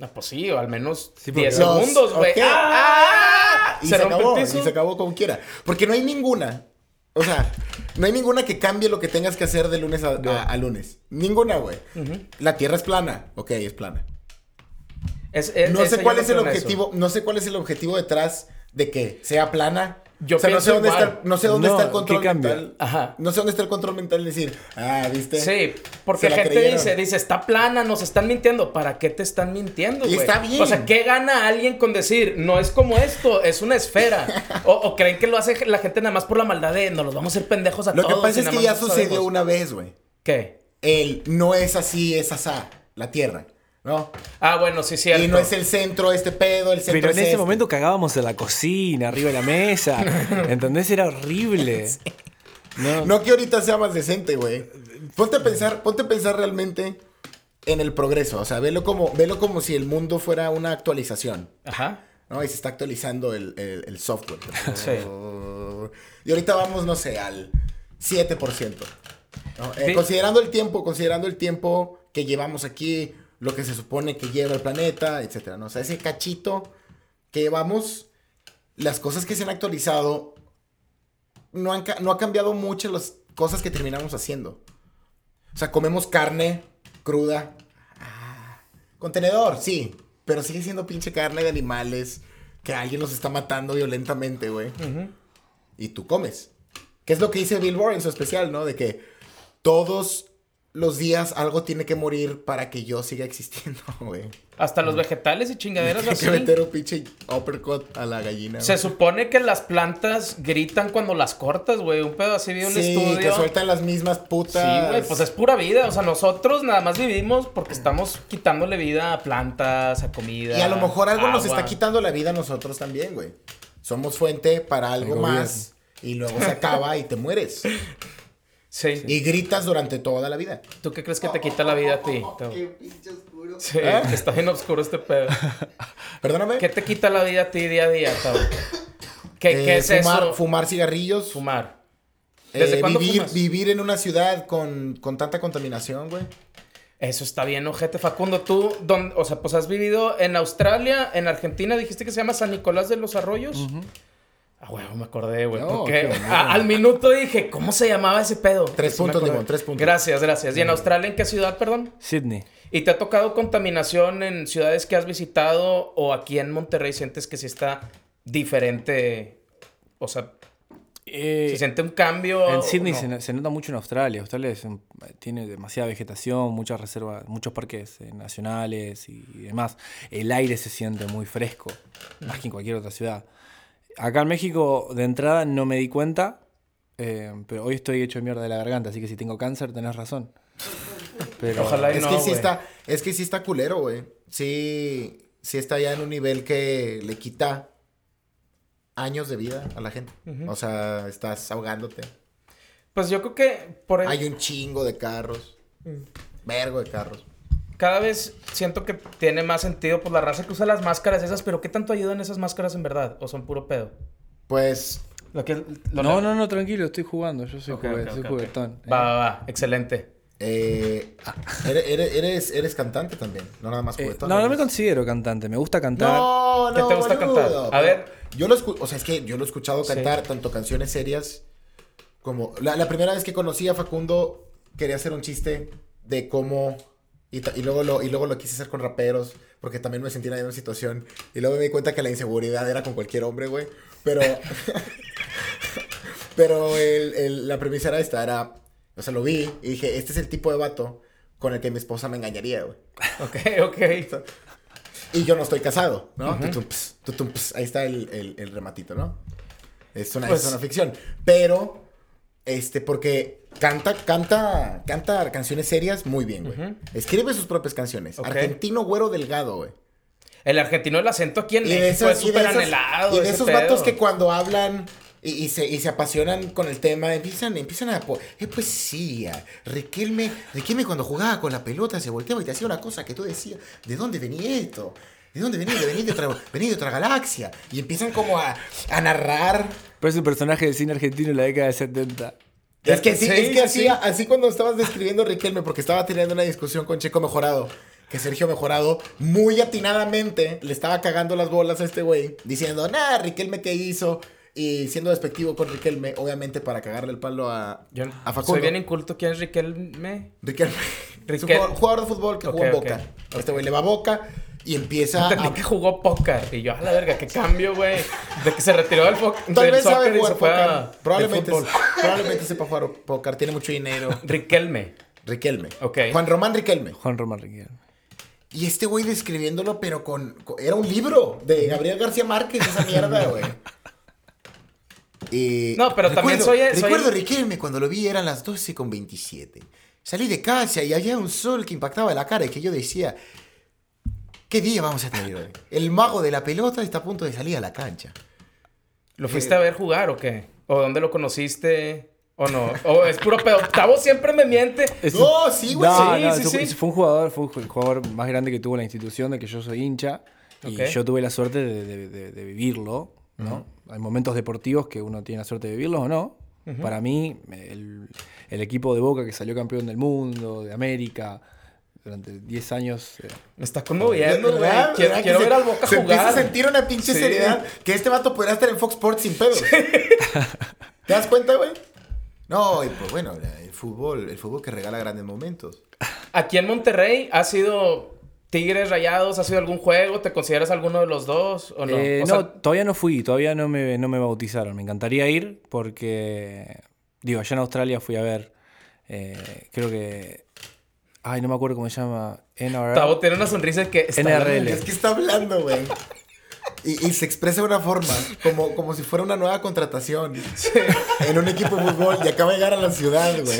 No, pues sí, o al menos Sí, porque 10 Los- segundos, güey. ok. ¡Ah! Y se, rompe el acabó, y piso. se acabó como quiera. Porque no hay ninguna. O sea, no hay ninguna que cambie lo que tengas que hacer de lunes a, a- a lunes. Ninguna, güey. La tierra es plana. Ok, es plana. Es- es- No E-, ese sé cuál yo es el creo en objetivo. No sé cuál es el objetivo detrás de que sea plana. Yo o sea, no sé pienso dónde igual. está, no sé dónde No, está el control ¿qué cambia? mental. Ajá. No sé dónde está el control mental de decir, ah, ¿viste? eso. Sí, porque Se la gente creyeron. dice, dice, está plana, nos están mintiendo. ¿Para qué te están mintiendo, Y güey? está bien. O sea, ¿qué gana alguien con decir, no es como esto, es una esfera? o, o creen que lo hace la gente nada más por la maldad de, nos los vamos a hacer pendejos a Lo que todos. pasa y es nada que más ya no sucedió sabemos". una vez, güey. ¿Qué? El no es así, es asá, la tierra, ¿no? Ah, bueno, sí, cierto. Y no es el centro este pedo, el centro Pero en es ese este. momento cagábamos en la cocina, arriba de la mesa. ¿Entendés? Era horrible. No, No que ahorita sea más decente, güey. Ponte a pensar, ponte a pensar realmente en el progreso. O sea, velo como, velo como si el mundo fuera una actualización. Ajá. ¿no? Y se está actualizando el, el- el software. Sí. Y ahorita vamos, no sé, al 7%. ¿no? Eh, Sí. Considerando el tiempo, considerando el tiempo que llevamos aquí, lo que se supone que lleva el planeta, etcétera, ¿no? O sea, ese cachito que llevamos, las cosas que se han actualizado, no, han ca- no ha cambiado mucho las cosas que terminamos haciendo. O sea, comemos carne cruda. Ah, Contenedor, sí. Pero sigue siendo pinche carne de animales que alguien los está matando violentamente, güey. Y tú comes. Que es lo que dice Bill Burr en su especial, ¿no? De que todos los días algo tiene que morir para que yo siga existiendo, güey. Hasta los vegetales y chingaderas Mm. Hay así. que meter un pinche uppercut a la gallina. Se güey. supone que las plantas gritan cuando las cortas, güey. Un pedo así vi un Sí, estudio. que sueltan las mismas putas. Sí, güey, pues es pura vida. O sea, nosotros nada más vivimos porque estamos quitándole vida a plantas, a comida. Y a lo mejor algo nos agua. está quitando la vida a nosotros también, güey. Somos fuente para algo El más y luego se acaba y te mueres. Sí. Y gritas durante toda la vida. ¿Tú qué crees que te quita la vida a ti? Qué pinche oscuro. Sí, ¿Eh? está bien oscuro este pedo. Perdóname. ¿Qué te quita la vida a ti día a día, Tau? ¿Qué, Eh, qué es fumar, eso? Fumar cigarrillos. Fumar. eh, ¿Desde cuándo vivir, fumas? vivir en una ciudad con, con tanta contaminación, güey. Eso está bien, ojete Facundo. Tú, dónde- o sea, pues has vivido en Australia, en Argentina, dijiste que se llama San Nicolás de los Arroyos. Ah, güey, me acordé, güey. No, porque qué bonito. a- al minuto dije, ¿cómo se llamaba ese pedo? Tres Sí me puntos, acordé. Limón, tres puntos. Gracias, gracias. ¿Y en Australia en qué ciudad, perdón? Sydney. ¿Y te ha tocado contaminación en ciudades que has visitado o aquí en Monterrey sientes que sí está diferente? O sea, Eh, ¿se siente un cambio? En o Sydney no? se, se nota mucho en Australia. Australia es un- tiene demasiada vegetación, muchas reservas, muchos parques eh, nacionales y, demás. El aire se siente muy fresco, Mm. más que en cualquier otra ciudad. Acá en México, de entrada, no me di cuenta, eh, pero hoy estoy hecho mierda de la garganta, así que si tengo cáncer, tenés razón. Pero, Ojalá y es no, que sí güey. está, es que sí está culero, güey. Sí, sí está ya en un nivel que le quita años de vida a la gente. O sea, estás ahogándote. Pues Mm. yo creo que por el- Hay un chingo de carros. Vergo de carros. cada vez siento que tiene más sentido por la raza que usa las máscaras esas, pero ¿qué tanto ayudan esas máscaras en verdad? ¿O son puro pedo? Pues Lo que, lo- No, no, no, tranquilo, estoy jugando. Yo soy, Ok, juguet- ok, soy ok, juguetón. Eh, ok. Va, va, va. Excelente. Eh, eres, eres- eres, eres cantante también, no nada más Eh, poeta. no, no me considero cantante, me gusta cantar. No, no, ¿Qué te gusta boludo, cantar? A pero ver. Yo lo escu- o sea, es que yo lo he escuchado cantar tanto canciones serias como... La, la primera vez que conocí a Facundo, quería hacer un chiste de cómo... Y, ta- y luego lo, y luego lo quise hacer con raperos, porque también me sentí en la misma situación. Y luego me di cuenta que la inseguridad era con cualquier hombre, güey. Pero... Pero el- el- la premisa era esta, era... O sea, lo vi y dije, este es el tipo de vato con el que mi esposa me engañaría, güey. Ok, ok. Y yo no estoy casado, ¿no? Tutum, ps, tutum, ps. Ahí está el, el- el rematito, ¿no? Es una, Pues- es una ficción. Pero, este, porque canta, canta, canta canciones serias muy bien, güey. Escribe sus propias canciones. Ok. Argentino güero delgado, güey. El argentino, el acento aquí en Y México de esos, es y de súper esos- anhelado. y de ese esos pedo. vatos que cuando hablan y, y se, y se apasionan con el tema, empiezan, empiezan a... po- eh, Es poesía. Riquelme, Riquelme cuando jugaba con la pelota se volteaba y te hacía una cosa que tú decías, ¿de dónde venía esto? ¿De dónde venía? Venía de otra, venía de otra galaxia. Y empiezan como a, a narrar. Pero es un personaje del cine argentino en la década de 70. Es que, sí, Sí, es que así, sí. así cuando estabas describiendo a Riquelme, porque estaba teniendo una discusión con Checo Mejorado, que Sergio Mejorado muy atinadamente le estaba cagando las bolas a este güey, diciendo, nah, Riquelme, ¿qué hizo? Y siendo despectivo con Riquelme, obviamente para cagarle el palo a, Yo a Facundo. soy bien inculto. ¿Quién es Riquelme? Riquelme. Es un Riquel- jugador, jugador de fútbol que jugó Ok, en ok. Boca. A Este güey le va a Boca y empieza Entendí a... que jugó póker. Y yo, a la verga, qué cambio, güey. De que se retiró del, fo- Tal del vez soccer sabe y se jugar fue a- póker. del Probablemente, fútbol. probablemente sepa jugar póker. Tiene mucho dinero. Riquelme. Riquelme. Ok. Juan Román Riquelme. Juan Román Riquelme. Y este güey describiéndolo, pero con, con- Era un libro de Gabriel García Márquez, esa mierda, güey. Y No, pero también recuerdo- soy el- soy Recuerdo el- a Riquelme cuando lo vi, eran las 12 con 27. Salí de casa y había un sol que impactaba la cara y que yo decía... ¿Qué día vamos a tener hoy? El mago de la pelota está a punto de salir a la cancha. ¿Lo fuiste a ver jugar o qué? ¿O dónde lo conociste? ¿O no? ¿O es puro pedo? Octavo siempre me miente. No, sí, güey. No, Sí, no, sí, su- sí. Fue un jugador, fue un jugador más grande que tuvo la institución de que yo soy hincha. Y Ok. yo tuve la suerte de, de- de- de vivirlo, ¿no? Hay momentos deportivos que uno tiene la suerte de vivirlos o no. Para mí, el, el equipo de Boca que salió campeón del mundo, de América, durante 10 años. eh, Me está conmoviendo, güey. ¿Verdad? Quiero, ¿Verdad que quiero se- ver al Boca se empieza jugar. a sentir una pinche Sí. seriedad que este vato podría estar en Fox Sports sin pedos. ¿Te das cuenta, güey? No, y pues bueno, la- el fútbol, el fútbol que regala grandes momentos. Aquí en Monterrey, ¿has sido Tigres Rayados? ¿Has sido algún juego? ¿Te consideras alguno de los dos o no? eh, O no, sea, todavía no fui, todavía no me, no me bautizaron. Me encantaría ir porque, digo, allá en Australia fui a ver, eh, creo que... Ay, no me acuerdo cómo se llama. NRL. Tavo tiene una sonrisa que... está- NRL. Es que está hablando, güey. Y, y se expresa de una forma, como, como si fuera una nueva contratación en un equipo de fútbol y acaba de llegar a la ciudad, güey.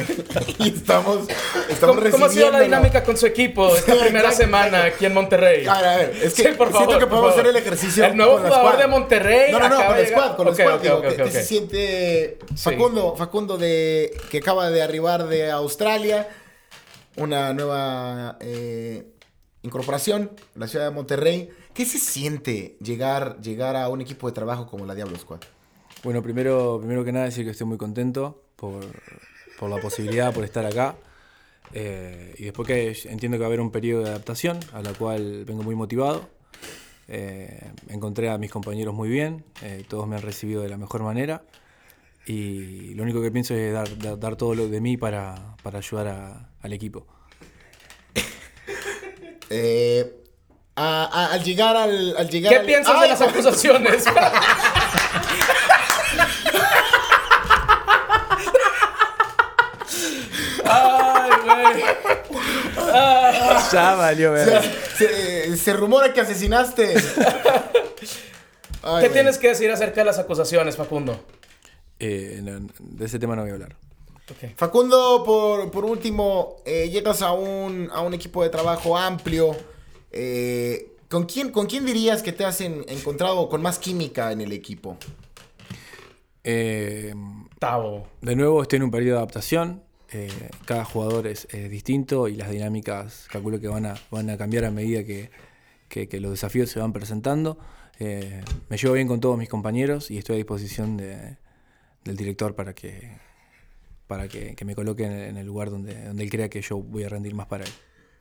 Y estamos, estamos ¿Cómo, cómo ha sido la recibiéndolo. dinámica con su equipo esta Sí, primera exacto, semana aquí en Monterrey? A ver, a ver, es que Sí, por favor, siento que por podemos hacer favor. el ejercicio. El nuevo con la jugador squad. de Monterrey No, no, no, acaba con de el squad, llegar. con el Ok, squad. ok, digo, ok, que- que ok. se siente Sí. Facundo, Facundo de, que acaba de arribar de Australia, una nueva eh, incorporación en la ciudad de Monterrey. ¿Qué se siente llegar, llegar a un equipo de trabajo como la Diablo Squad? Bueno, primero, primero que nada decir que estoy muy contento por, por la posibilidad, por estar acá. Eh, y después que entiendo que va a haber un periodo de adaptación, a la cual vengo muy motivado. Eh, encontré a mis compañeros muy bien, eh, todos me han recibido de la mejor manera. Y lo único que pienso es dar, dar, dar todo lo de mí para, para ayudar a- al equipo. Eh, a- a- al llegar al... al llegar ¿Qué al- piensas ¡Ay, de las acusaciones? Ay, güey. Ya valió, se, se- se rumora que asesinaste. Ay, ¿Qué güey. tienes que decir acerca de las acusaciones, Facundo? Eh, no, de ese tema no voy a hablar. Ok. Facundo, por, por último, eh, llegas a un, a un equipo de trabajo amplio. eh, ¿con, quién, ¿Con quién dirías que te has en- encontrado con más química en el equipo? Eh, Tavo. De nuevo, estoy en un periodo de adaptación. eh, cada jugador es, es distinto y las dinámicas calculo que van a, van a cambiar a medida que, que- que los desafíos se van presentando. Eh, me llevo bien con todos mis compañeros y estoy a disposición de- del director para que, para que, que me coloque en el, en el lugar donde, donde él crea que yo voy a rendir más para él.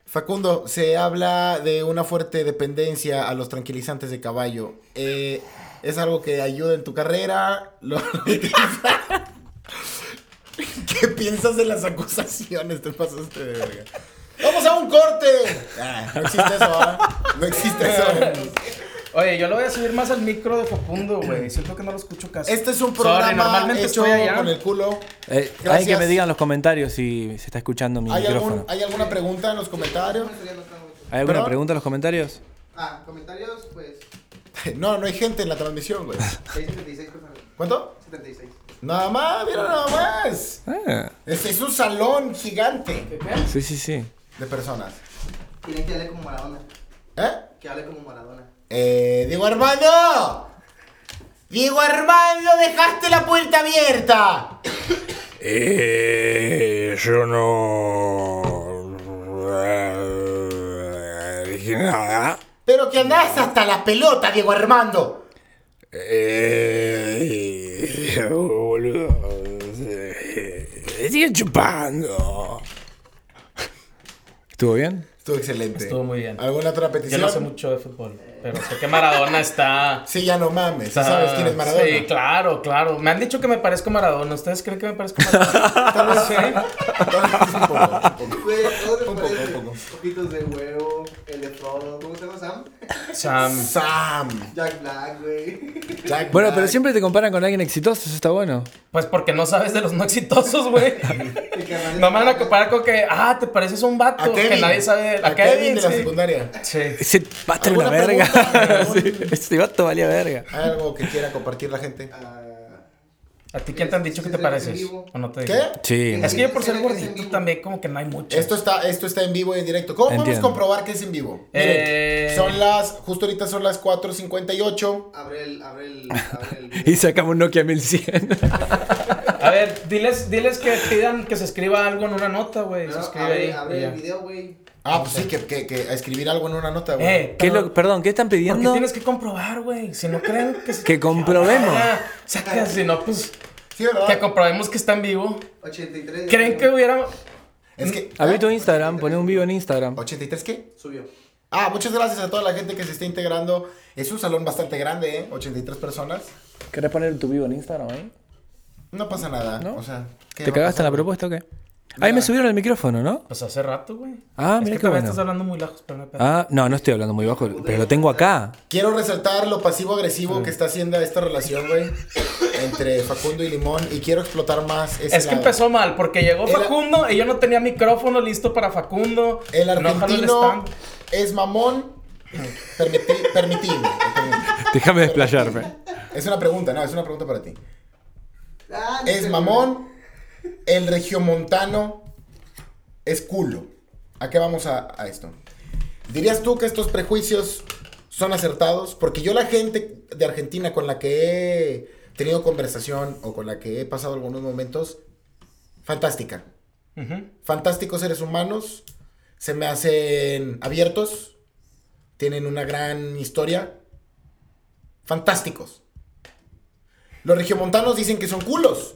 Facundo, se habla de una fuerte dependencia a los tranquilizantes de caballo. Eh, ¿Es algo que ayuda en tu carrera? ¿Lo- ¿Qué piensas de las acusaciones? Te pasaste de verga. ¡Vamos a un corte! Ah, no existe eso, ¿ah? No existe eso. Oye, yo lo voy a subir más al micro de Facundo, güey. Siento que no lo escucho casi. Este es un Sorry, programa normalmente hecho estoy allá. con el culo. Eh, hay Gracias. que me digan en los comentarios si se está escuchando mi ¿Hay, micrófono. algún- ¿Hay alguna pregunta en los comentarios? Sería lo que hago. ¿Hay alguna ¿Perdón? pregunta en los comentarios? Ah, comentarios, pues. No, no hay gente en la transmisión, güey. 676, por favor. ¿Cuánto? 76. Nada más, mira nada más. Ah, Este es un salón gigante sí, sí, sí. de personas. Tienen que hable como Maradona. ¿Eh? Que hable como Maradona. Eh, Diego Armando. Diego Armando, dejaste la puerta abierta. Eh, yo no eh, dije nada. Pero que andás hasta la pelota, Diego Armando. Eh, boludo. eh, sigue chupando. ¿Estuvo bien? Estuvo excelente. Estuvo muy bien. ¿Alguna otra Yo petición? no sé mucho de fútbol, pero sé que Maradona está... Sí, ya no mames. está- ¿Sabes quién es Maradona? Ah, Sí, claro, claro. Me han dicho que me parezco a Maradona. ¿Ustedes creen que me parezco a Maradona? Tal vez sí. Un poco, un poco. Güey, todos te Un poco, parecen. un poco. Ojitos de huevo, el de Frodo, ¿cómo se llama Sam? Sam. Sam. Jack Black, güey. Jack Bueno, Black. pero siempre te comparan con alguien exitoso, eso está bueno. Pues porque no sabes de los no exitosos, güey. El carnal de No me van a Frodo. comparar con que, ah, te pareces a un vato A Kevin. que nadie sabe. A, Kevin de la sí. secundaria. Sí. Ese vato era una ¿Alguna verga. pregunta? Sí, Ese vato valía verga. ¿Hay algo que quiera compartir la gente? Ah, ¿A ti quién te han dicho que te pareces? ¿O no te ¿Qué? digo? Sí. Es que yo por ser Sí, sí, sí, gordito sí. también como que no hay mucho. Esto está, esto está en vivo y en directo. ¿Cómo podemos Entiendo. comprobar que es en vivo? Miren, Eh. son las, justo ahorita son las 4.58. Abre el, abre el, abre el. Y sacamos un Nokia 1100. A ver, diles, diles que pidan que se escriba algo en una nota, güey. No, se escribe ahí, abre, y abre ya. el video, güey. Ah, pues sí, que, que, que a escribir algo en una nota, güey. Eh, ¿Qué es lo- pero- perdón, ¿qué están porque pidiendo? tienes que comprobar, güey. Si no creen que se- Que comprobemos. Ah, saca, si no, pues sí, ¿verdad? que comprobemos que está en vivo. 83. ¿Creen que hubiera es que... Abrí tu Instagram, poné un vivo en Instagram. ¿83 qué? Subió. Ah, muchas gracias a toda la gente que se está integrando. Es un salón bastante grande, ¿eh? 83 personas. ¿Querés poner tu vivo en Instagram ahí? No pasa nada. O sea, ¿qué ¿Te va a cagaste en la pasar? propuesta o qué? Ahí me subieron el micrófono, ¿no? Pues hace rato, güey. Ah, es mira que qué también bueno. estás hablando muy lejos, pero no hay pedo. Ah, no, no estoy hablando muy bajo, pero lo tengo acá. Quiero resaltar lo pasivo-agresivo que está haciendo esta relación, güey, entre Facundo y Limón. Y quiero explotar más ese Es que lado. empezó mal, porque llegó Era- Facundo y yo no tenía micrófono listo para Facundo. El No jaló argentino stand. es mamón. Permití, permitime. Déjame desplayarme. Es una pregunta, no, es una pregunta para ti. Ah, no Es sé, mamón. El regiomontano es culo. ¿A qué vamos a, a esto? ¿Dirías tú que estos prejuicios son acertados? Porque yo la gente de Argentina con la que he tenido conversación o con la que he pasado algunos momentos, fantástica. Ujú. fantásticos seres humanos, se me hacen abiertos, tienen una gran historia, fantásticos. Los regiomontanos dicen que son culos,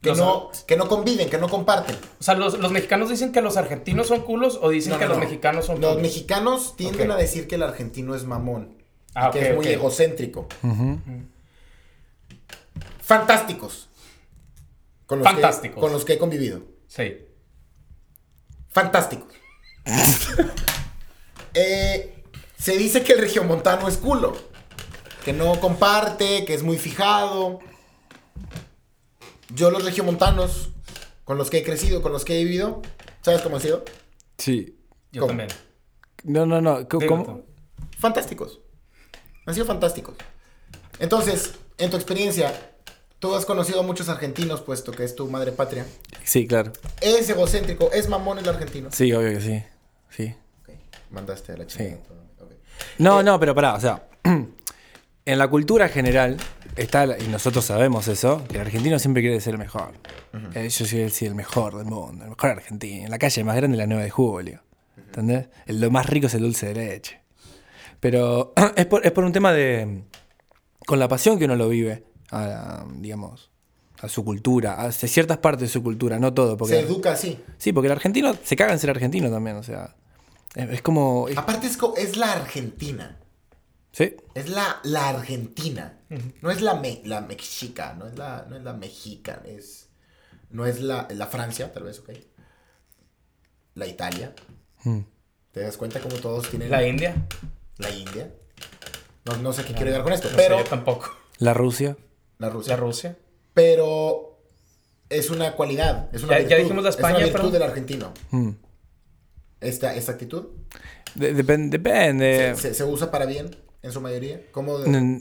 que, Los no, que no conviven, que no comparten. O sea, los, los mexicanos dicen que los argentinos son culos o dicen No, que no, los no. mexicanos son Los culos. mexicanos tienden Ok. a decir que el argentino es mamón, y Ah, que ok, es muy ok. egocéntrico. Fantásticos. Con los que- Fantásticos. con los que he convivido. Sí. Fantástico. Eh, se dice que el regiomontano es culo. Que no comparte, que es muy fijado. Yo los regiomontanos, con los que he crecido, con los que he vivido, ¿sabes cómo han sido? Sí. Yo ¿Cómo? también. No, no, no. ¿Cómo? Digo, cómo? Fantásticos. Han sido fantásticos. Entonces, en tu experiencia, tú has conocido a muchos argentinos, puesto que es tu madre patria. Sí, claro. Es egocéntrico, es mamón el argentino. Sí, obvio que sí. Sí. Ok, Mandaste a la chica. No, no, pero pará, o sea, en la cultura general está, la- y nosotros sabemos eso, que el argentino siempre quiere ser el mejor. Eh, Yo soy el, sí, el mejor del mundo, el mejor argentino. La calle más grande es la 9 de julio. ¿Entendés? El- lo más rico es el dulce de leche. Pero es por, es por un tema de. con la pasión que uno lo vive, a la- digamos, a su cultura, a ciertas partes de su cultura, no todo. Porque, Se educa así. Sí, porque el argentino se caga en ser argentino también, o sea. Es, es como. es- Aparte es, co- es la Argentina. sí. Es la, la Argentina. No es la, me- la mexica, no es la, no es la mexica, es, no es la, la Francia, tal vez, ok. La Italia. Mm. ¿Te das cuenta cómo todos tienen La India. la India? No, no sé qué quiero llegar con esto, No pero sé, yo tampoco. La Rusia. la Rusia. La Rusia. pero es una cualidad, es una Ya- ya virtud. dijimos la es España, una virtud pero- del argentino. Mm. Esta, esta actitud De- depen- depende. Mm, se, se usa para bien en su mayoría. ¿Cómo de- N-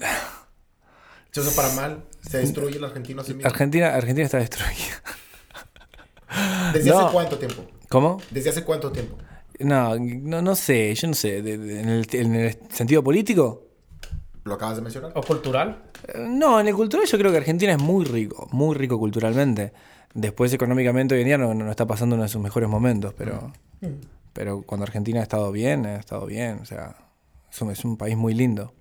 se usa para mal? ¿Se destruye el argentino a sí mismo? Argentina, Argentina está destruida. ¿Desde No. hace cuánto tiempo? ¿Cómo? ¿Desde hace cuánto tiempo? No, no, no sé, yo no sé. De- de- en, el, en el sentido político? ¿Lo acabas de mencionar? O cultural. Eh, No, en el cultural yo creo que Argentina es muy rico, muy rico culturalmente. Después económicamente hoy en día no, no está pasando uno de sus mejores momentos, pero, pero cuando Argentina ha estado bien, ha estado bien. O sea, es un, es un país muy lindo.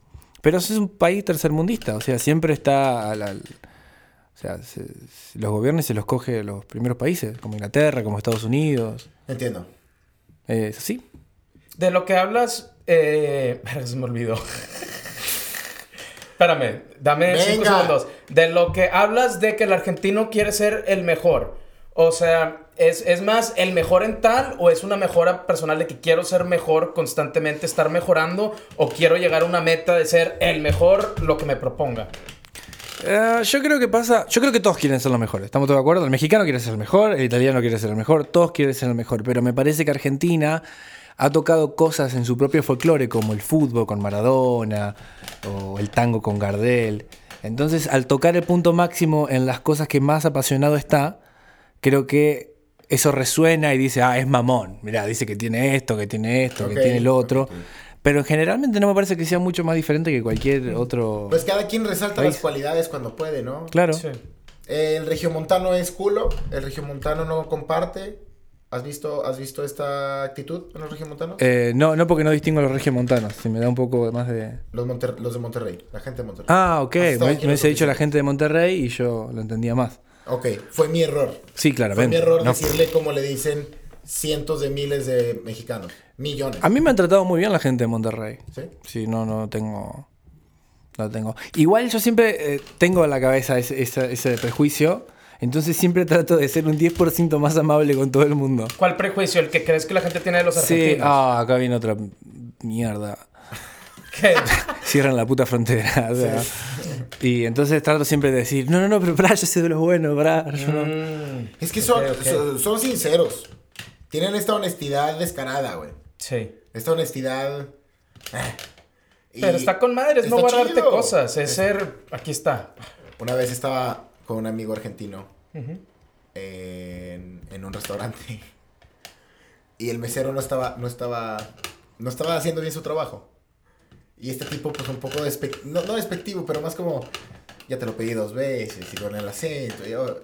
Pero es un país tercermundista, o sea, siempre está... al- al- o sea, se- se- los gobiernos se los coge los primeros países, como Inglaterra, como Estados Unidos. Entiendo. Eh, Es así. De lo que hablas, eh... verga, se me olvidó. Espérame, dame cinco Venga. segundos. De lo que hablas de que el argentino quiere ser el mejor. O sea, ¿es, ¿es más el mejor en tal o es una mejora personal de que quiero ser mejor constantemente, estar mejorando o quiero llegar a una meta de ser el mejor lo que me proponga? Eh, yo creo que pasa. Yo creo que todos quieren ser los mejores. ¿Estamos todos de acuerdo? El mexicano quiere ser el mejor, el italiano quiere ser el mejor, todos quieren ser el mejor. Pero me parece que Argentina ha tocado cosas en su propio folclore, como el fútbol con Maradona o el tango con Gardel. Entonces, al tocar el punto máximo en las cosas que más apasionado está, creo que eso resuena y dice, ah, es mamón. Mirá, dice que tiene esto, que tiene esto, Ok. que tiene el otro. Pero generalmente no me parece que sea mucho más diferente que cualquier otro. Pues cada quien resalta Ahí. las cualidades cuando puede, ¿no? claro. Sí. Eh, El regiomontano es culo, el regiomontano no comparte. ¿Has visto, has visto esta actitud en los regiomontanos? Eh, no, no porque no distingo a los regiomontanos. Si me da un poco más de. Los, Monter- los de Monterrey, la gente de Monterrey. Ah, ok. Has Me, estado me aquí hubiese lo dicho la gente de Monterrey y yo lo entendía más. Ok, fue mi error. Sí, Fue mi claramente. error No. decirle como le dicen cientos de miles de mexicanos. Millones. A mí me han tratado muy bien la gente de Monterrey. ¿Sí? Sí, no, no tengo. No tengo. Igual yo siempre eh, tengo en la cabeza ese, ese- ese prejuicio. Entonces siempre trato de ser un 10% más amable con todo el mundo. ¿Cuál prejuicio? ¿El que crees que la gente tiene de los Sí, argentinos? ah, acá viene otra mierda. ¿Qué? cierran la puta frontera. o sea. Y entonces trato siempre de decir, no, no, no, pero pará, yo soy de los buenos, pará. yo no". Mm, Es que son, ok, ok. son, son sinceros. Tienen esta honestidad descarada, güey. Sí. Esta honestidad. ah. Y Pero está con madres, no está guardarte chido. cosas. Es ser. Aquí está. Una vez estaba con un amigo argentino en, en un restaurante. Y el mesero no estaba, no estaba, no estaba haciendo bien su trabajo. Y este tipo, pues un poco despectivo, no, no despectivo, pero más como, ya te lo pedí dos veces, y con el acento, y yo,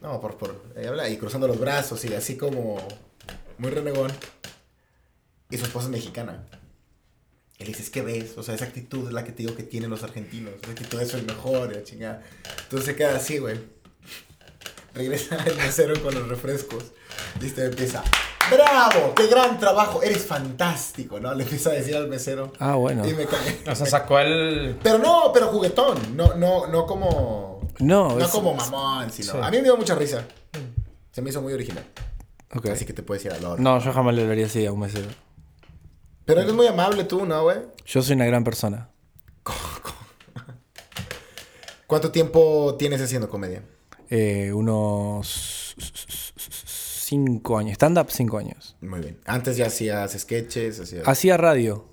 no, por, por, eh, habla, y cruzando los brazos, y así como, muy renegón. Y su esposa es mexicana. Y le dices, ¿qué ves? O sea, esa actitud es la que te digo que tienen los argentinos. Esa actitud es el mejor, y la chingada. Entonces se queda así, güey. Regresa el mesero con los refrescos. Y este empieza, ¡Bravo! ¡Qué gran trabajo! ¡Eres fantástico! ¿No? Le empieza a decir al mesero. Ah, bueno. Y me cagué. O sea, sacó el. Pero no, pero juguetón. No, no, no como. No, No, es- Mm. como mamón, sino. sí. A mí me dio mucha risa. Se me hizo muy original. ok. Así que te puedes ir a la hora. No, yo jamás le hablaría así a un mesero. Pero eres muy amable tú, ¿no, güey? Yo soy una gran persona. ¿Cuánto tiempo tienes haciendo comedia? Eh, unos cinco años. Stand-up cinco años. Muy bien. Antes ya hacías sketches, hacías. Hacía radio.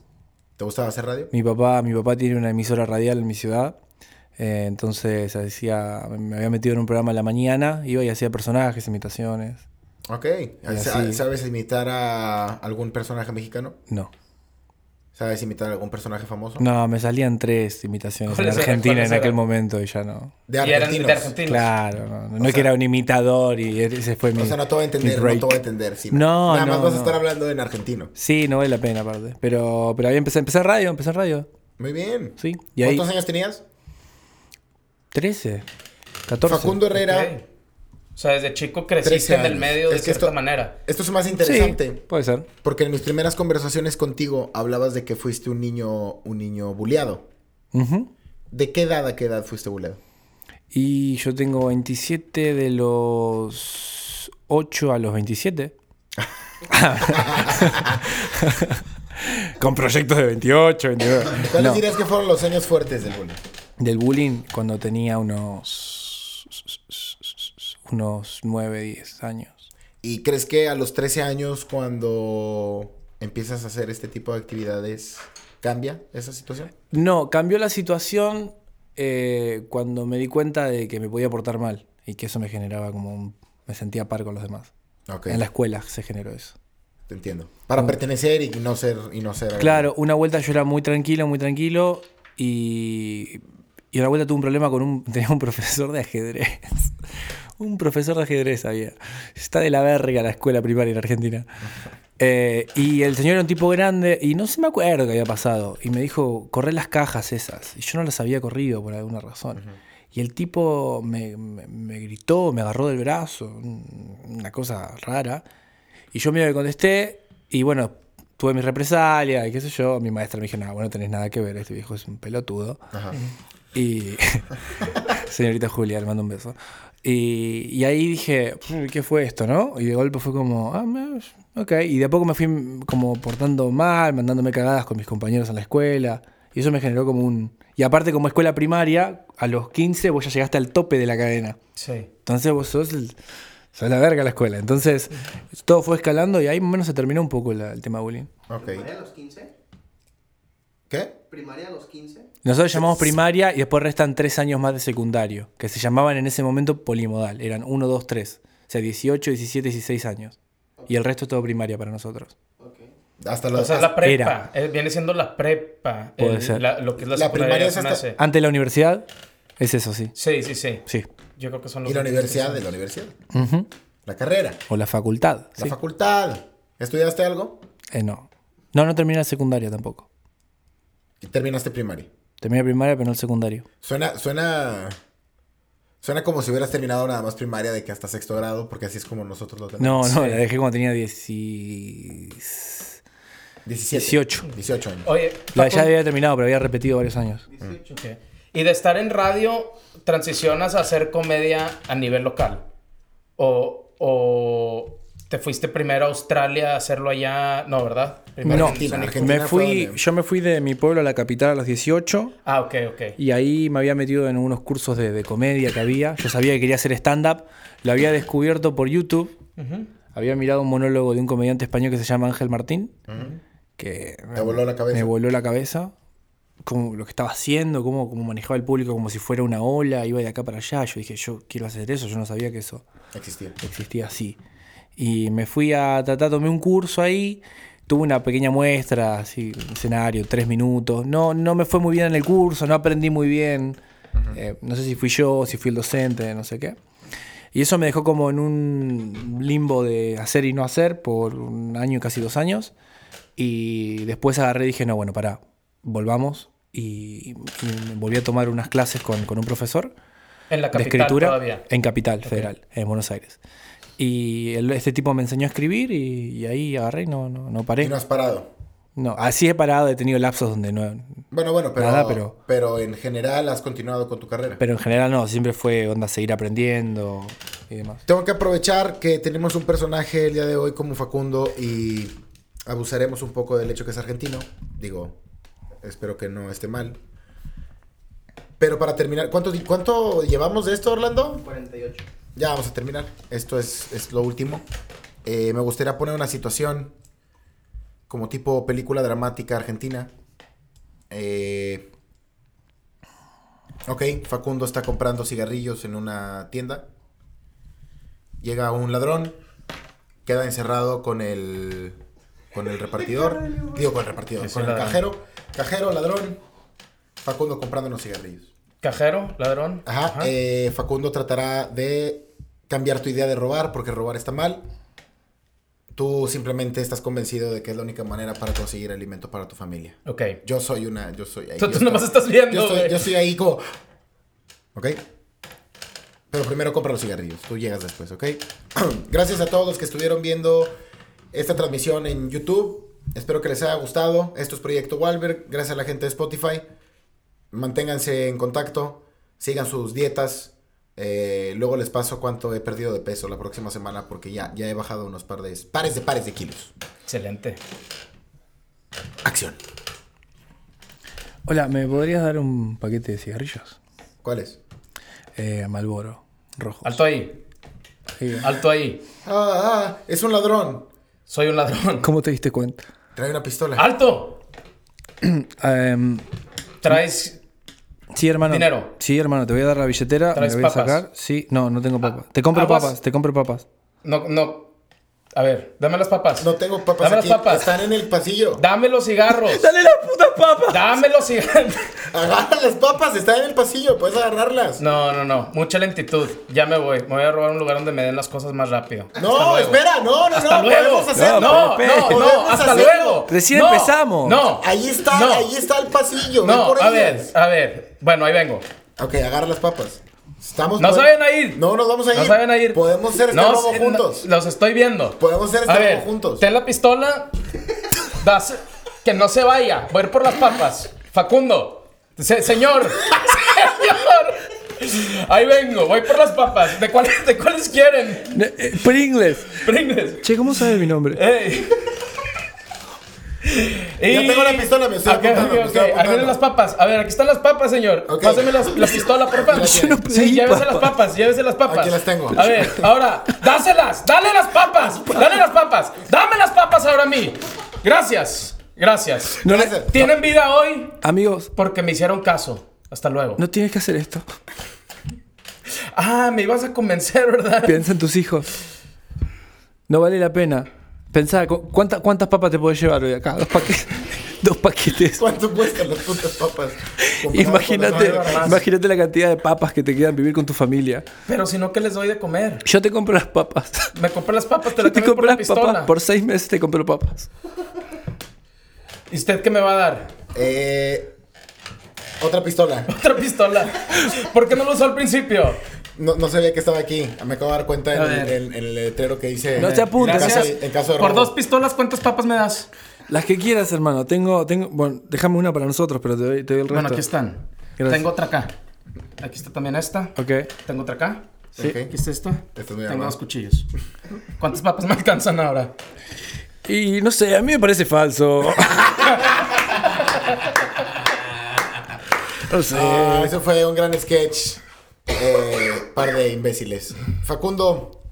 ¿Te gustaba hacer radio? Mi papá, mi papá tiene una emisora radial en mi ciudad. Eh, entonces hacía, me había metido en un programa en la mañana, iba y hacía personajes, imitaciones. Ok. así. Sa- ¿Sabes imitar a algún personaje mexicano? No. ¿Sabes imitar a algún personaje famoso? No, me salían tres imitaciones en ¿Cuáles eran? Argentina ¿Cuáles en aquel eran? momento y ya no. De y eran argentinos. de argentinos. Claro, no, no es que era un imitador y e-, ese fue mi. O sea, no te voy a mi entender, no break. te voy a entender. sí. No, Nada más no, vas a no. estar hablando en argentino. Sí, no vale la pena, aparte. Pero, pero ahí empecé, empecé en radio, empecé en radio. Muy bien. Sí. Y ahí. ¿Cuántos años tenías? 13, 14. Facundo Herrera. Ok. O sea, desde chico 13 creciste en el años. medio de Es que cierta esto- manera. Esto es más interesante. Interesante. puede ser. Porque en mis primeras conversaciones contigo hablabas de que fuiste un niño, un niño buleado. Ujú. ¿De qué edad a qué edad fuiste buleado? Y yo tengo 27 de los 8 a los 27. Con proyectos de 28, 29. ¿Cuáles No. dirías que fueron los años fuertes del bullying? del bullying cuando tenía unos unos 9, 10 años. ¿Y crees que a los 13 años cuando empiezas a hacer este tipo de actividades cambia esa situación? No, cambió la situación eh, cuando me di cuenta de que me podía portar mal y que eso me generaba como un... me sentía a par con los demás. Ok, En la escuela se generó eso. te entiendo. Para pertenecer y no ser... Y no ser Claro, una vuelta yo era muy tranquilo, muy tranquilo y, y una vuelta tuve un problema con un, tenía un profesor de ajedrez. un profesor de ajedrez había. Está de la verga la escuela primaria en Argentina. Eh, y el señor era un tipo grande y no se me acuerdo qué había pasado. Y me dijo, corré las cajas esas. Y yo no las había corrido por alguna razón. Y el tipo me, me- me gritó, me agarró del brazo, un- una cosa rara. Y yo medio que contesté y bueno, tuve mi represalia y qué sé yo. Mi maestra me dijo, nada, bueno, no tenés nada que ver, este viejo es un pelotudo. Y. Señorita Julia, le mando un beso. Y, y ahí dije, "Pff, ¿qué fue esto, no? Y de golpe fue como, ah, me- ok. Y de a poco me fui como portando mal, mandándome cagadas con mis compañeros en la escuela. Y eso me generó como un. Y aparte, como escuela primaria, a los 15 vos ya llegaste al tope de la cadena. Sí. Entonces vos sos, el- sos la verga la escuela. Entonces todo fue escalando y ahí más o menos se terminó un poco la- el tema bullying. Ok. ¿Primaria a los 15? ¿Qué? ¿Primaria a los 15? Nosotros llamamos primaria y después restan tres años más de secundario, que se llamaban en ese momento polimodal. Eran 1, 2, 3. O sea, 18, 17, 16 años. Y el resto es todo primaria para nosotros. Ok. Hasta los, O sea, la hasta- prepa. Era. eh, viene siendo la prepa. Puede el- ser. la- lo que es la, La secundaria primaria es se me hasta- hace. Antes de la universidad, es eso, sí. Sí, sí, sí. Sí. Yo creo que son los y la únicos universidad de la universidad. Ujú. La carrera. O la facultad. La sí. facultad. ¿Estudiaste algo? Eh, no. No, no terminé la secundaria tampoco. Y terminaste primaria. Terminé primaria, pero no el secundario. Suena, suena. Suena como si hubieras terminado nada más primaria de que hasta sexto grado, porque así es como nosotros lo No, tenemos. no, la dejé cuando tenía 16. 17. 18. 18 años. Oye, La Paco, ya había terminado, pero había repetido varios años. ok. Y de estar en radio, transicionas a hacer comedia a nivel local. O, o te fuiste primero a Australia a hacerlo allá. No, ¿verdad? Primero No, Argentina, me Argentina fue fui, donde- yo me fui de mi pueblo a la capital a los 18 Ah, ok, ok. y ahí me había metido en unos cursos de, de comedia que había. Yo sabía que quería hacer stand-up, lo había descubierto por YouTube. Había mirado un monólogo de un comediante español que se llama Ángel Martín, que Mm. Te voló la cabeza. me voló la cabeza. Como lo que estaba haciendo, cómo, cómo manejaba el público, como si fuera una ola, iba de acá para allá. Yo dije, yo quiero hacer eso, yo no sabía que eso Existía. existía así. Y me fui a tratar, tomé un curso ahí, tuve una pequeña muestra, así, un escenario, tres minutos. No, no me fue muy bien en el curso, no aprendí muy bien. Eh, no sé si fui yo, si fui el docente, no sé qué. Y eso me dejó como en un limbo de hacer y no hacer por un año, casi dos años. Y después agarré y dije, no, bueno, pará, volvamos. Y, y volví a tomar unas clases con, con un profesor En la de capital escritura todavía. en Capital Federal, en Buenos Aires. Y el- este tipo me enseñó a escribir y, y ahí agarré y no, no, no Y paré. no No, has parado. así he parado, he tenido lapsos donde no... Bueno, bueno, pero, Nada, pero. pero- en general has continuado con tu carrera. Pero en general no, siempre fue onda seguir aprendiendo y demás. Tengo que aprovechar que tenemos un personaje el día de hoy como Facundo y abusaremos un poco del hecho que es argentino. Digo, espero que no esté mal. Pero para terminar, ¿cuánto, cuánto llevamos de esto, Orlando? 48. Ya vamos a terminar. Esto es, es lo último. Eh, me gustaría poner una situación como tipo película dramática argentina. Eh, ok, Facundo está comprando cigarrillos en una tienda. Llega un ladrón, queda encerrado con el con el repartidor, digo con el repartidor, Sí, sí, con el ladrón. cajero, cajero, ladrón, Facundo comprando unos cigarrillos. Cajero, ladrón. Ajá. eh, Facundo tratará de cambiar tu idea de robar porque robar está mal. Tú simplemente estás convencido de que es la única manera para conseguir alimento para tu familia. Ok. Yo soy una, yo soy ahí. Tú- eh, yo tú nomás estoy- estás viendo, Yo estoy, güey. yo estoy ahí como. ¿Ok? Pero primero compra los cigarrillos. Tú llegas después, ¿ok? Gracias a todos los que estuvieron viendo esta transmisión en YouTube. Espero que les haya gustado. Esto es Proyecto Walberg. Gracias a la gente de Spotify. Manténganse en contacto. Sigan sus dietas. Eh, luego les paso cuánto he perdido de peso la próxima semana porque ya, ya he bajado unos par de, pares de pares de kilos. Excelente. Acción. Hola, ¿me podrías dar un paquete de cigarrillos? ¿Cuál es? Eh, Malboro, rojo. Alto ahí. Ahí va. Alto ahí. Ah, ah, es un ladrón. Soy un ladrón. ¿Cómo te diste cuenta? Trae una pistola. ¡Alto! Em, Traes. sí, hermano. Dinero. Sí, hermano, te voy a dar la billetera, me ¿Traes voy a papas? Ah. sacar. Sí, no, no tengo papas. te compro aguas. papas, te compro papas. No, no. A ver, dame las papas. No tengo papas Dame las aquí. papas. Están en el pasillo. Dame los cigarros. ¡Dale las putas papas! Dame los cigarros. Agarra las papas, están en el pasillo, puedes agarrarlas. No, No, no, no. Mucha lentitud. Ya me voy. Me voy a robar un lugar donde me den las cosas más rápido. espera, no, no, Hasta no, luego. podemos hacerlo. No, no, Pepe. no, Podemos hasta hacerlo. luego. Recién No, empezamos. No. Ahí está, No. ahí está el pasillo. ven No, por a ver, ellas. a ver. Bueno, ahí vengo. Ok, agarra las papas. Estamos No pod- se vayan a ir. No nos vamos a ir. No saben a ir. Podemos hacer este No, robo se- juntos. no, los estoy viendo. Podemos hacer este a robo ver, juntos. ten la pistola. Das, que no se vaya. Voy a ir por las papas. Facundo. Se- señor. Señor. Ahí vengo. Voy por las papas. ¿De, cuál- de cuáles quieren? Ne- eh, Pringles. Pringles. Che, ¿cómo sabes mi nombre? Ey. Ya Y- tengo la pistola, me estoy Ok, apuntando, ok, me estoy ok. Ahí apuntando. vienen las papas. A ver, aquí están las papas, señor. Ok. Páseme las, la pistola, por favor. Yo no pedí sí, llévese papas. las papas, llévese las papas. Aquí las tengo. A ver, ahora, dáselas, dale las papas, dale las papas, dame las papas ahora a mí. Gracias, gracias. No le- Gracias. Tienen vida hoy Amigos, porque me hicieron caso. Hasta luego. no tienes que hacer esto. Ah, me ibas a convencer, ¿verdad? Piensa en tus hijos. No vale la pena. Pensá, cu- ¿cuánta- ¿cuántas papas te puedes llevar hoy acá? Dos paquetes. Dos paquetes. ¿Cuánto cuestan las putas papas? Comparado Imagínate, con las otras. imagínate la cantidad de papas que te quedan vivir con tu familia. Pero si no, ¿qué les doy de comer? Yo te compro las papas. Me compré las papas, te Yo las te cambio por compro la las papas. pistola. Por seis meses te compro papas. ¿Y usted qué me va a dar? Eh, otra pistola. Otra pistola. ¿Por qué no lo usó al principio? No, no sabía que estaba aquí. Me acabo de dar cuenta en, A el- ver. en- en el letrero que dice. No te apuntes. En caso, Gracias. de- en caso de Por robo. dos pistolas, ¿cuántas papas me das? Las que quieras, hermano. Tengo, tengo. Bueno, déjame una para nosotros, pero te doy, te doy el resto. Bueno, aquí están. Gracias. Tengo otra acá. Aquí está también esta. Ok. Tengo otra acá. Ok. Aquí está esta. Esta es muy Tengo armada. dos cuchillos. ¿Cuántas papas me alcanzan ahora? Y no sé, a mí me parece falso. no sé. Ah, eso fue un gran sketch. Eh, par de imbéciles. Facundo,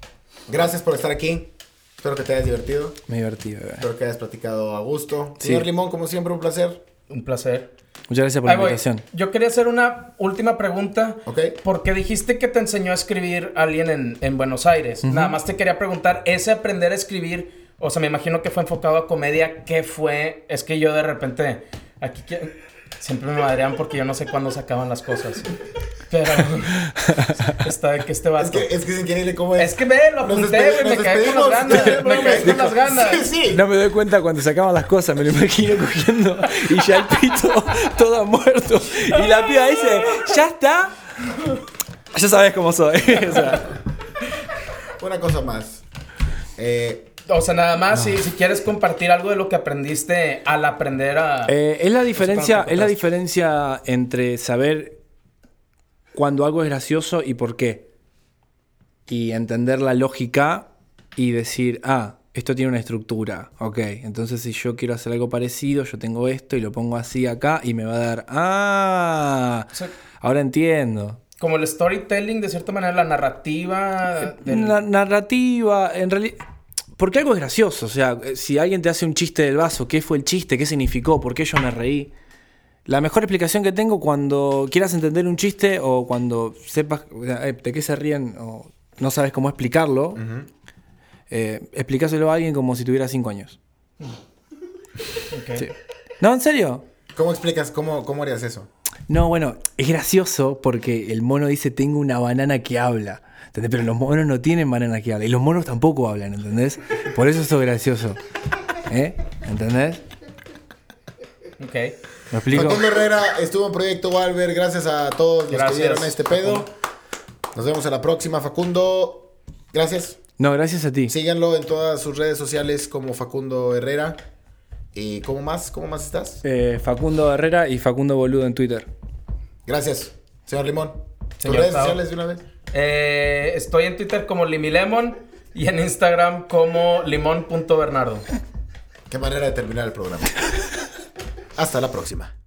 gracias por estar aquí. Espero que te hayas divertido. Me divertí, bebé. Espero que hayas platicado a gusto. Sí. Señor Limón, como siempre, un placer. Un placer. Muchas gracias por la Ahí voy. invitación. Yo quería hacer una última pregunta. Ok. Porque dijiste que te enseñó a escribir alguien en, en Buenos Aires. Nada más te quería preguntar, ese aprender a escribir, o sea, me imagino que fue enfocado a comedia, ¿qué fue? Es que yo de repente, aquí que- siempre me madrean porque yo no sé cuándo se acaban las cosas. Pero está de que este Es vato... que es, que es increíble cómo es. Es que ve, lo apunté, despe- güey, me nos caí con las despedimos. ganas, me caí con las ganas. Sí, sí. No me doy cuenta cuando se acaban las cosas, me lo imagino cogiendo y ya el pito todo muerto. Y la piba dice, ya está. Ya sabes cómo soy. O sea, Una cosa más. Eh, O sea, nada más, si, si quieres compartir algo de lo que aprendiste al aprender a... eh, es la diferencia, Eso es la está diferencia entre saber cuando algo es gracioso y por qué. Y entender la lógica y decir, ah, esto tiene una estructura. Ok, entonces si yo quiero hacer algo parecido, yo tengo esto y lo pongo así acá y me va a dar, ah, Sí. ahora entiendo. Como el storytelling, de cierta manera, la narrativa. del- La narrativa, en realidad. Porque algo es gracioso, o sea, eh, si alguien te hace un chiste del vaso, ¿qué fue el chiste? ¿Qué significó? ¿Por qué yo me reí? La mejor explicación que tengo cuando quieras entender un chiste o cuando sepas o sea, eh, de qué se ríen o no sabes cómo explicarlo, eh, explicáselo a alguien como si tuviera cinco años. Ok. Sí. No, en serio. ¿Cómo explicas? ¿Cómo, ¿Cómo harías eso? No, bueno, es gracioso porque el mono dice tengo una banana que habla. ¿Entendés? Pero los monos no tienen banana que habla. Y los monos tampoco hablan, ¿entendés? Por eso eso es gracioso. ¿Eh? ¿Entendés? Ok. ¿Me explico? Facundo Herrera estuvo en Proyecto Valver. Gracias a todos los Gracias, que dieron este pedo. Nos vemos a la próxima, Facundo. Gracias. No, gracias a ti. Síganlo en todas sus redes sociales como Facundo Herrera. ¿Y cómo más? ¿Cómo más estás? Eh, Facundo Herrera y Facundo Boludo en Twitter. Gracias. Señor Limón. ¿Tus Señor redes Tao. sociales de una vez? Eh, estoy en Twitter como Limilemon y en Instagram como limón.bernardo. Qué manera de terminar el programa. Hasta la próxima.